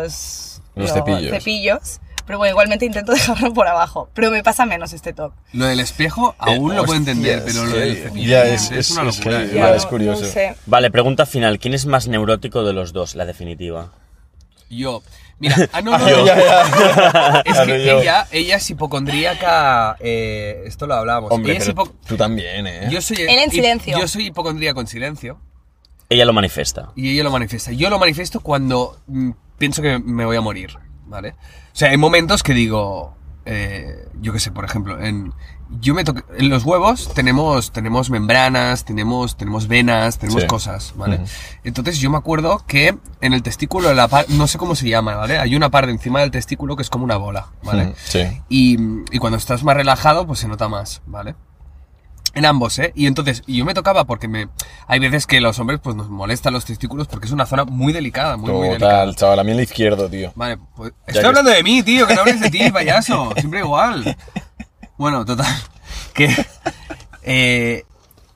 los, Los cepillos. cepillos. Pero bueno, igualmente intento *laughs* dejarlo por abajo. Pero me pasa menos este toque. Lo del espejo aún lo puedo entender, pero lo del cepillo Ya, de es, dientes es una es locura. heavy, ¿eh? Ya va, no- es curioso. no sé. Vale, pregunta final. ¿Quién es más neurótico de los dos? La definitiva. Yo. Mira, ah, no, *laughs* no, Ya, *laughs* no. ya. *laughs* Es Claro, que yo. ella, ella es hipocondríaca. eh, esto lo hablábamos. Hombre, Ella es pero hipo- tú también, ¿eh? yo soy, Él en hip- silencio. Yo soy hipocondríaco en silencio. Ella lo manifiesta. Y ella lo manifiesta. Yo lo manifiesto cuando mm, pienso que me voy a morir, ¿vale? O sea, hay momentos que digo, eh, yo qué sé, por ejemplo, en, yo me toque- en los huevos tenemos, tenemos membranas, tenemos, tenemos venas, tenemos Sí. cosas, ¿vale? Entonces yo me acuerdo que en el testículo, en la par- no sé cómo se llama, ¿vale? Hay una parte encima del testículo que es como una bola, ¿vale? Mm, Sí. Y, y cuando estás más relajado, pues se nota más, ¿vale? En ambos, ¿eh? Y entonces, y yo me tocaba porque me... Hay veces que los hombres pues nos molestan los testículos porque es una zona muy delicada, muy, muy delicada. Total, chaval, a mí el izquierdo, tío. Vale, pues... Ya Estoy que- hablando de mí, tío, que no hables de *laughs* ti, payaso. Siempre igual. Bueno, total. *laughs* Que... eh,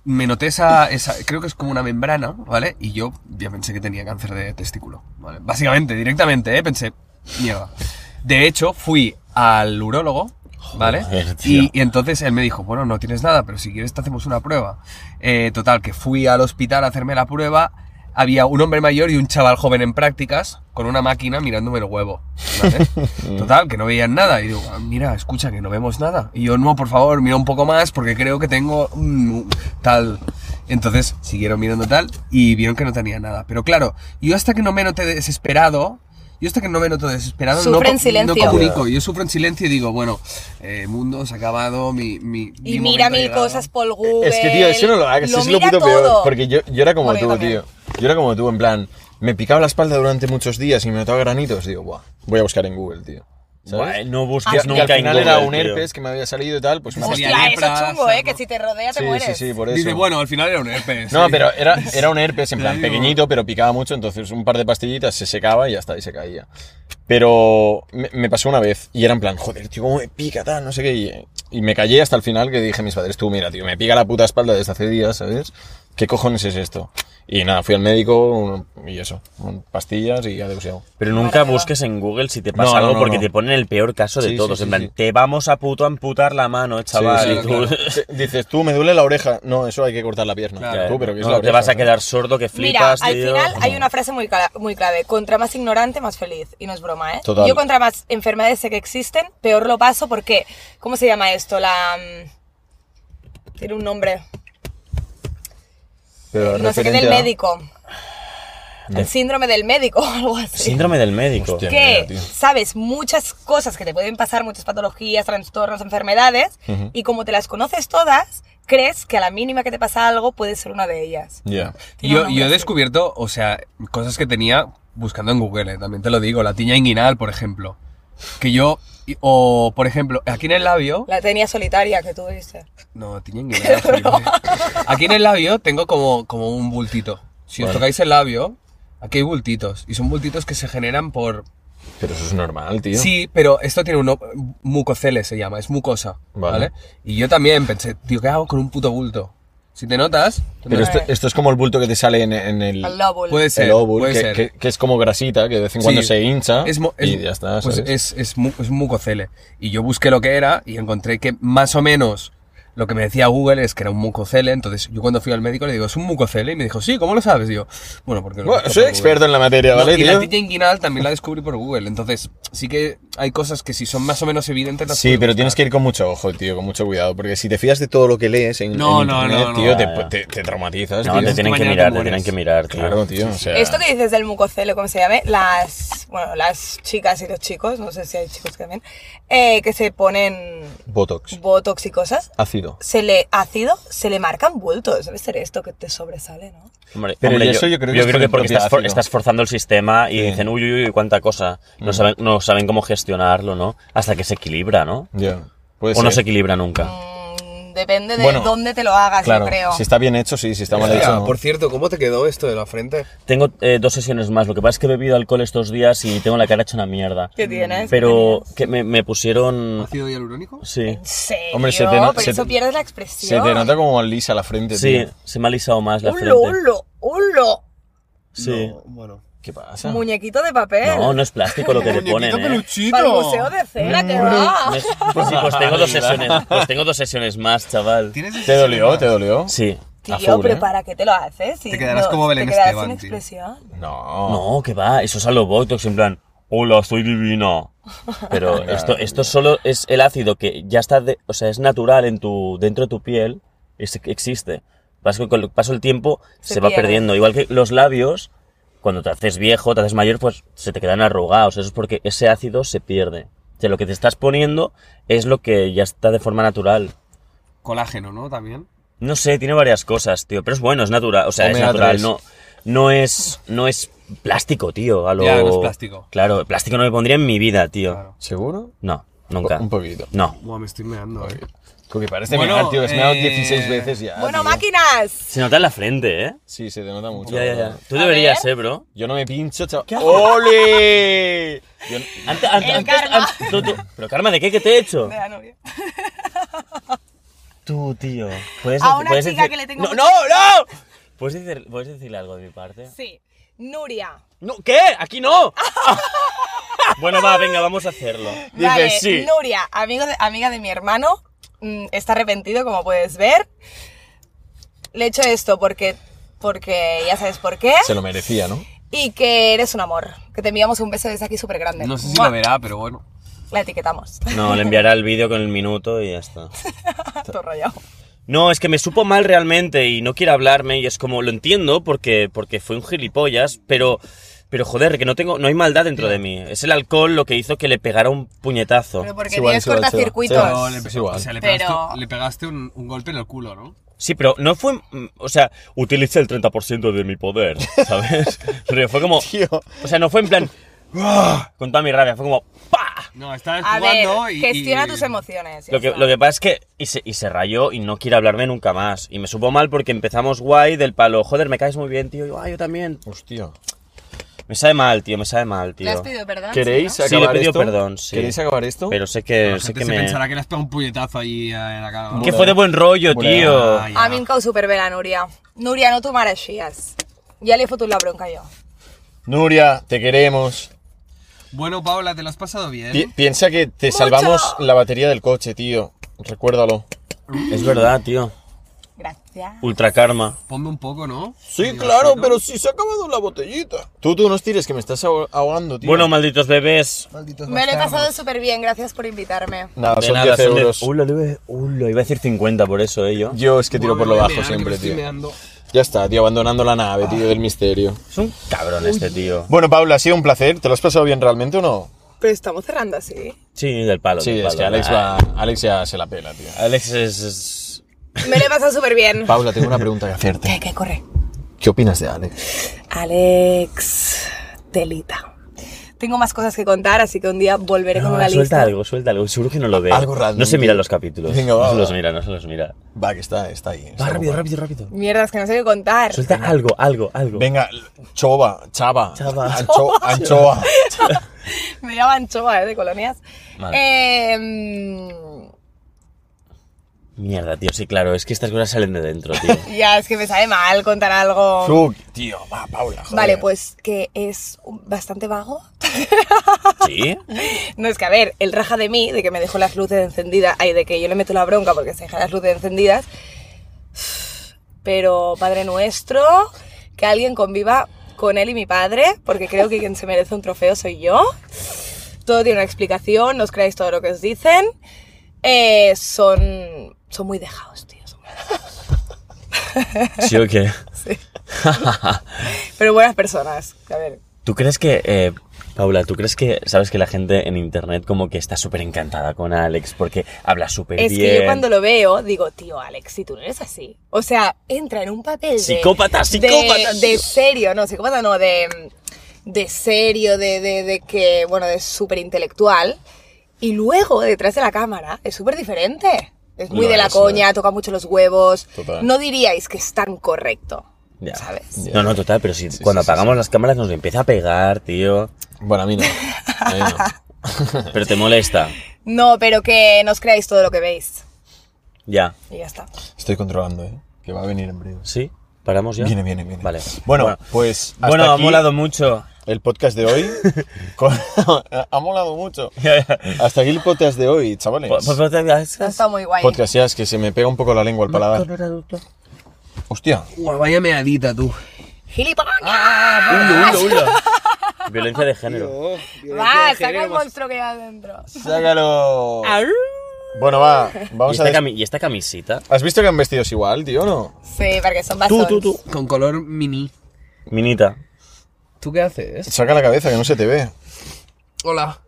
me noté esa, esa... Creo que es como una membrana, ¿vale? Y yo ya pensé que tenía cáncer de testículo, ¿vale? Básicamente, directamente, ¿eh? Pensé, mierda. De hecho, fui al urólogo, ¿vale? Joder, tío. y, y entonces él me dijo, bueno, no tienes nada, pero si quieres te hacemos una prueba. Eh, total, que fui al hospital a hacerme la prueba. Había un hombre mayor y un chaval joven en prácticas con una máquina mirándome el huevo. ¿vale? Total, que no veían nada. Y digo, "Ah, mira, escucha, que no vemos nada. Y yo, no, por favor, mira un poco más porque creo que tengo mm, tal. Entonces siguieron mirando tal y vieron que no tenía nada. Pero claro, yo hasta que no me noté desesperado, yo hasta que no me noto desesperado, no, Sufre en co- silencio. no comunico. Yo sufro en silencio y digo, bueno, eh, mundo se ha acabado, mi. mi mi Y mira momento ha mil llegado. cosas por Google. Es que, tío, eso no lo hagas, es lo mira puto peor. todo. Porque yo, yo era como Bueno, yo tú, también. tío. Yo era como tú, en plan, me picaba la espalda durante muchos días y me notaba granitos. Digo, buah, voy a buscar en Google, tío. ¿Sabes? Guay, eh, no busques Ah, Que- que nunca al final en era Google, un tío. herpes que me había salido y tal, pues me Hostia, fastidió. Hostia, eso es lepra, chungo, ¿eh? sarna. Que si te rodea te Sí, mueres. sí, sí, por eso. Dice, bueno, al final era un herpes. No, sí. pero era, *laughs* era un herpes en Ya plan digo. pequeñito, pero picaba mucho, entonces un par de pastillitas se secaba y ya está, y se caía. Pero me, me pasó una vez y era en plan, joder, tío, cómo me pica, tal, no sé qué. Y, y me callé hasta el final que dije a mis padres, tú, mira, tío, me pica la puta espalda desde hace días, ¿sabes? ¿Qué cojones es esto? Y nada, fui al médico un- y eso, un- pastillas y ya demasiado. Pero nunca Vale, va. busques en Google si te pasa No, no, algo no, porque no. te ponen el peor caso de Sí, sí, todos. sí, en plan, sí. te vamos a puto amputar la mano, eh, chaval. Sí, y sí, tú- *laughs* claro. Te- Dices, tú, me duele la oreja. No, eso hay que cortar la pierna. Claro. Tú, pero ¿qué es No, la te vas a oreja? quedar sordo que Mira, flipas, al tío. final hay una frase muy, cla- muy clave. Contra más ignorante, más feliz. Y no es broma, ¿eh? Total. Yo contra más enfermedades sé que existen, peor lo paso porque... ¿Cómo se llama esto? La... mm, Tiene un nombre. Pero No sé qué del referente a- médico. El síndrome del médico *laughs* o algo así. Síndrome del médico. Hostia. que Mira, tío. sabes muchas cosas que te pueden pasar, muchas patologías, trastornos, enfermedades, y como te las conoces todas, crees que a la mínima que te pasa algo puede ser una de ellas. Ya. Tiene un Yo, nombre yo he así. descubierto, o sea, cosas que tenía buscando en Google, eh, también te lo digo. La tiña inguinal, por ejemplo. Que yo, y- o por ejemplo, aquí en el labio. La tenía solitaria que tú viste. No, tiña *laughs* inguinal. gilipollas. aquí en el labio tengo como, como un bultito. Si os Vale. tocáis el labio, aquí hay bultitos. Y son bultitos que se generan por. Pero eso es normal, tío. Sí, pero esto tiene un. Mucocele se llama, es mucosa. Vale. ¿Vale? Y yo también pensé, tío, ¿qué hago con un puto bulto? Si te notas. Pero esto, esto es como el bulto que te sale en, en el, Al lóbulo. Puede ser. el óvulo, puede que, ser. que- que es como grasita, que de vez en cuando Sí. se hincha Es mo- es- y ya está, Pues ¿sabes? es, es, mu- es mucocele. Y yo busqué lo que era y encontré que más o menos lo que me decía Google es que era un mucocele. Entonces yo cuando fui al médico le digo, ¿es un mucocele? Y me dijo, sí, ¿cómo lo sabes? Digo, bueno, porque... lo Bueno, busqué soy por Google". experto en la materia, No, ¿vale, y la tío? tilla inguinal también la descubrí por Google. Entonces sí que hay cosas que si son más o menos evidentes las Sí, puedes pero tienes que buscar. ir con mucho ojo, tío, con mucho cuidado, porque si te fías de todo lo que lees en, No, en no, internet, no, no. tío, te, Ya, te- te traumatizas, No, tío. te tienen que mañana mirar, te te tienen mueres. que mirar, tío. Claro, tío, o sea... Esto que dices del mucocele, ¿cómo se llame? Las, bueno, las chicas y los chicos, no sé si hay chicos que también, eh, que se ponen Botox, botox y cosas, ácido. se le, ácido, se le marcan bultos. Debe ser esto que te sobresale, ¿no? Hombre, Pero hombre, yo eso yo creo que es por porque el propio estás, for- ácido. estás forzando el sistema y dicen, uy, uy, uy, cuánta cosa. No, saben, no saben cómo gestionarlo, ¿no? Hasta que se equilibra, ¿no? Ya, puede o no ser. se equilibra nunca. Mm, depende de Bueno, dónde te lo hagas, Claro, yo creo. si está bien hecho, sí, si está mal hecho, Hostia, no. Por cierto, ¿cómo te quedó esto de la frente? Tengo eh, dos sesiones más. Lo que pasa es que he bebido alcohol estos días y tengo la cara hecha una mierda. ¿Qué tienes? Pero que me, me Mm. pusieron... ¿Ácido hialurónico? Sí. ¿En serio? Hombre, se te no- Pero se eso te- pierdes la Se expresión. te nota como lisa la frente, Sí, tío. se me ha alisado más la Ulo, frente. ulo, ulo. Sí. No, bueno. ¿Qué pasa? Muñequito de papel. No, no es plástico lo que te Muñequito ponen, ¿eh? peluchito. Para el museo de cera, que va. No es- pues sí, pues tengo dos sesiones, pues tengo dos sesiones más, chaval. ¿Tienes ese ¿Te dolió? síntoma? ¿Te dolió? Sí. Tío, full, pero ¿eh? ¿para qué te lo haces? Si Te quedarás como Belén te quedas Esteban, sin tío. expresión. No. No, que va, eso es a lo Botox, en plan, hola, soy divina. Pero esto, esto solo es el ácido que ya está, de- o sea, es natural en tu, dentro de tu piel, es- existe. Vas que Con el paso del tiempo se, Se va pierde. perdiendo. Igual que los labios, cuando te haces viejo, te haces mayor, pues se te quedan arrugados. Eso es porque ese ácido se pierde. O sea, lo que te estás poniendo es lo que ya está de forma natural. Colágeno, ¿no? También. No sé, tiene varias cosas, tío. Pero es bueno, es natural. O sea, es Omega natural. tres. No, no es. No es plástico, tío. A lo... Ya, no es plástico. Claro, plástico no me pondría en mi vida, tío. Claro. ¿Seguro? No, nunca. Un poquito. No. Buah, me estoy meando, eh. Tú que parece Bueno, mear, tío, que has meado eh, 16 veces ya. bueno, tío. máquinas. Se nota en la frente, ¿eh? Sí, se te nota mucho. Ya, ya, ya. Tú A deberías, ver. ¿eh, bro? Yo no me pincho, chaval. ¡Ole! Yo no- Antes, antes, El antes- karma. antes- tú- tú- Pero karma, ¿de qué que te he hecho? De la novia. Tú, tío. ¿Puedes, A decir- una puedes chica decir- que le tengo No, mucho- no, no. *laughs* ¿Puedes, decir, ¿Puedes decirle algo de mi parte? Sí. Nuria. No, ¿qué? Aquí no. *laughs* bueno, va, venga, vamos a hacerlo. Dice vale, sí. Nuria, amigo de- amiga de mi hermano, mm, está arrepentido, como puedes ver. Le he hecho esto porque, porque ya sabes por qué. Se lo merecía, ¿no? Y que eres un amor. Que te enviamos un beso desde aquí súper grande. No sé si lo verá, pero bueno. La etiquetamos. *laughs* No, le enviará el vídeo con el minuto y ya está. Todo rayado. No, es que me supo mal realmente y no quiere hablarme y es como, lo entiendo porque, porque fue un gilipollas, pero, pero joder, que no tengo, no hay maldad dentro de mí. Es el alcohol lo que hizo que le pegara un puñetazo. Pero porque Es igual, tienes es igual, es igual. cortacircuitos. Pero No, le Es pe- igual. O sea, le Pero- pegaste, le pegaste un, un golpe en el culo, ¿no? Sí, pero no fue, mm, o sea, utilicé el 30% de mi poder, ¿sabes? *laughs* Pero fue como, Tío. o sea, no fue en plan, "Uah", con toda mi rabia, fue como, ¡pa! No, estabas A ver, jugando y. gestiona y- tus emociones. ya Lo que, está. lo que pasa es que y se, y se rayó y no quiere hablarme nunca más. Y me supo mal porque empezamos guay del palo, joder, me caes muy bien, tío, y yo, "Ah, yo también. Hostia. Me sabe mal, tío, me sabe mal, tío. ¿Le has pedido perdón? ¿Queréis sí, Sí, acabar le he pedido esto? perdón, sí. ¿Queréis acabar esto? Pero sé Eh, La que, gente sé que se me... pensará que le has pegado un puñetazo ahí eh, en la cara. ¿no? Que fue de buen rollo, Bulear. tío. Ah, no? ya. A mí me cau súper bé la Núria. Núria, no t'ho mereixies. Ja li he fotut la bronca jo. Nuria, te queremos. Bueno, Paula, ¿te lo has pasado ¿Eh? bien? Pi- piensa que te salvamos la batería del coche, tío. Recuérdalo. Es verdad, tío. Gràcies. Ultra karma. Ponme un poco, ¿no? Sí, Digo, claro, ¿no? pero sí se ha acabado la botellita. Tú, tú, no estires, que me estás ahog- ahogando, tío. Bueno, malditos bebés. Malditos Me lo he bastardos. pasado súper bien, gracias por invitarme. nada, De son nada, 10 son de- euros. Ulo, le iba- ulo, iba a decir 50 por eso, eh, yo. Yo es que tiro Buah, por me lo voy a bajo mear, que me siempre, estoy tío. meando. Ya está, tío, abandonando la nave, tío, del misterio. Es un cabrón este tío. Bueno, Paula, ha sido un placer. ¿Te lo has pasado bien realmente o no? Pero estamos cerrando así. Sí, del palo. Sí, del es palo. que Alex, Ah, va, Alex ya se la pela, tío. Alex es... es- Me lo he pasado súper bien. Paula, tengo una pregunta que ¿Qué, hacerte. qué corre? ¿Qué opinas de Alex? Alex Delita. Tengo más cosas que contar, así que un día volveré con No, una suelta lista. algo, suelta algo. Seguro que no lo ve. Algo random, No se miran tío. los capítulos. Venga, va, no se va. los mira, no se los mira. Va, que está, está ahí. está Va, rápido, ocupado. rápido, rápido. Mierdas que no sé qué contar. Suelta algo, algo, algo. Venga, chova, chava, Chava. ancho- anchoa. *laughs* Me llaman Choa, ¿eh? De colonias. Vale. Eh, mm, Mierda, tío, sí, claro, es que estas cosas salen de dentro, *laughs* tío. ya, es que me sabe mal contar algo. Zuc, tío, va, Paula, joder. Vale, pues que es un- bastante vago. ¿Sí? No, es que a ver, el raja de mí, de que me dejó las luces encendidas, ay, de que yo le meto la bronca porque se deja las luces encendidas. Pero, Padre Nuestro, que alguien conviva con él y mi padre, porque creo que quien se merece un trofeo soy yo. Todo tiene una explicación, no os creáis todo lo que os dicen. Eh, son, son muy dejados, tío. son muy dejados. ¿Sí o qué? Pero buenas personas. A ver, ¿Tú crees que, eh, Paula, tú crees que, sabes que la gente en internet como que está súper encantada con Alex porque habla súper es bien? que yo cuando lo veo digo, tío, Alex, si tú no eres así. O sea, entra en un papel de... Psicópata, psicópata, De, de tío. serio, no, psicópata no, de, de serio, de, de, de que, bueno, de súper intelectual. Y luego, detrás de la cámara, es súper diferente. Es muy Lo de la es, lo coña, es. toca mucho los huevos. Total. No diríais que es tan correcto, Ya. ¿sabes? No, no, total, pero si cuando sí, sí, apagamos las cámaras nos empieza a pegar, tío. Bueno, a mí no. A mí no. Pero te molesta. No, pero que no os creáis todo lo que veis. Ya. Y ya está. *laughs* Estoy controlando, ¿eh? Que va a venir en breve. ¿Sí? ¿Paramos ya? Viene, viene, viene. Vale. Bueno, Bueno. pues. hasta Bueno, ha aquí molado *laughs* mucho. El podcast de hoy. *laughs* Con- ha molado mucho. Hasta aquí el podcast de hoy, chavales. Pues- pues- pues- Ha estado muy guay. Podcast, ya, es que se me pega un poco la lengua al paladar. Hostia. Guau, vaya meadita tú. ¡Gilipollas! *laughs* Violencia de género. Va, Ah, saca el monstruo que hay adentro. Sácalo. Bueno, va. ¿Y Vamos a. esta, des- cami- y esta camisita? ¿Has visto que han vestido igual, tío, o no? Sí, porque son bastones. Con color mini. Minita. ¿Tú qué haces? Saca la cabeza, que no se te *laughs* ve. Hola.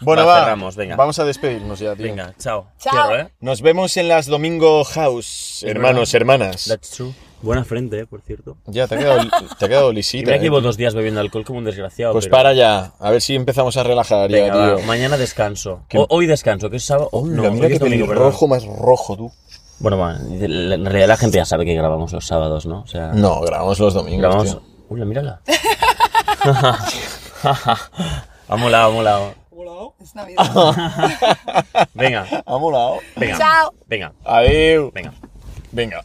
Bueno, Va, va. cerramos, venga. Vamos a despedirnos ya, tío. Venga, chao. Chao. Cierro, ¿eh? Nos vemos en las Domingo House, hermanos, hermanas. That's true. Buena frente, eh, por cierto. Ya, te ha quedado, te ha quedado Y lisita. mira que eh. llevo dos días bebiendo alcohol como un desgraciado. Pues pero- para ya, a ver si empezamos a relajar Venga, ya, va, tío. mañana descanso. O- hoy descanso, que es sábado. Oh, no, Mira, mira hoy es que domingo, perdón. rojo más rojo, tú. Bueno, bueno, la- en realidad la gente ya sabe que grabamos los sábados, ¿no? O sea, No, grabamos los domingos, Ah. grabamos. tío. Uy, mírala. *laughs* ha molado, ha molado. Es Navidad. Venga, Ha molado. venga. Chao. Venga, Adeu. venga. Venga.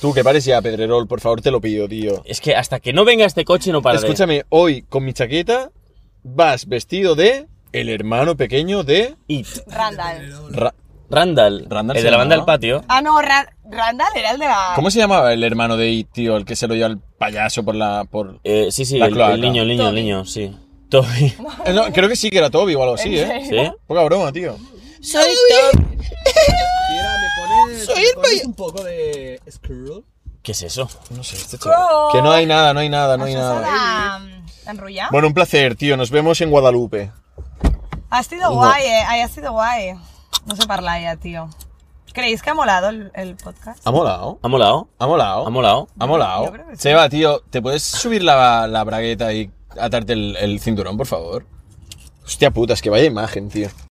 Tú, que pares ya, Pedrerol, por favor, te lo pido, tío. Es que hasta que no venga este coche no para de- Escúchame, hoy con mi chaqueta vas vestido de el hermano pequeño de... Y *laughs* Randall. Ra- Randall, Randall el se de la banda del llamaba. patio. Ah, no, Ra- Randall era el de la. ¿Cómo se llamaba el hermano de It, tío? El que se lo dio al payaso por la... Por... Eh, sí, sí, La el, cloaca. el niño, el niño, el Toby. niño, sí. Toby. Eh, no, creo que sí que era Toby o algo así, ¿eh? ¿Sí? Poca broma, tío. Soy Soy el payaso. un poco de Skrull? ¿Qué es eso? No sé, este chaval. Que no hay nada, no hay nada, no hay nada. enrollado? Bueno, un placer, tío. Nos vemos en Guadalupe. ha sido guay, eh. Ay, ha sido guay. No sé parlar ya, tío. ¿Creéis que ha molado el, el podcast? ¿Ha molado? ¿Ha molado? ¿Ha molado? ¿Ha molado? ¿Ha Yo molado? creo que sí. Seba, tío, ¿te puedes subir la, la bragueta y atarte el, el cinturón, por favor? Hostia puta, es que vaya imagen, tío.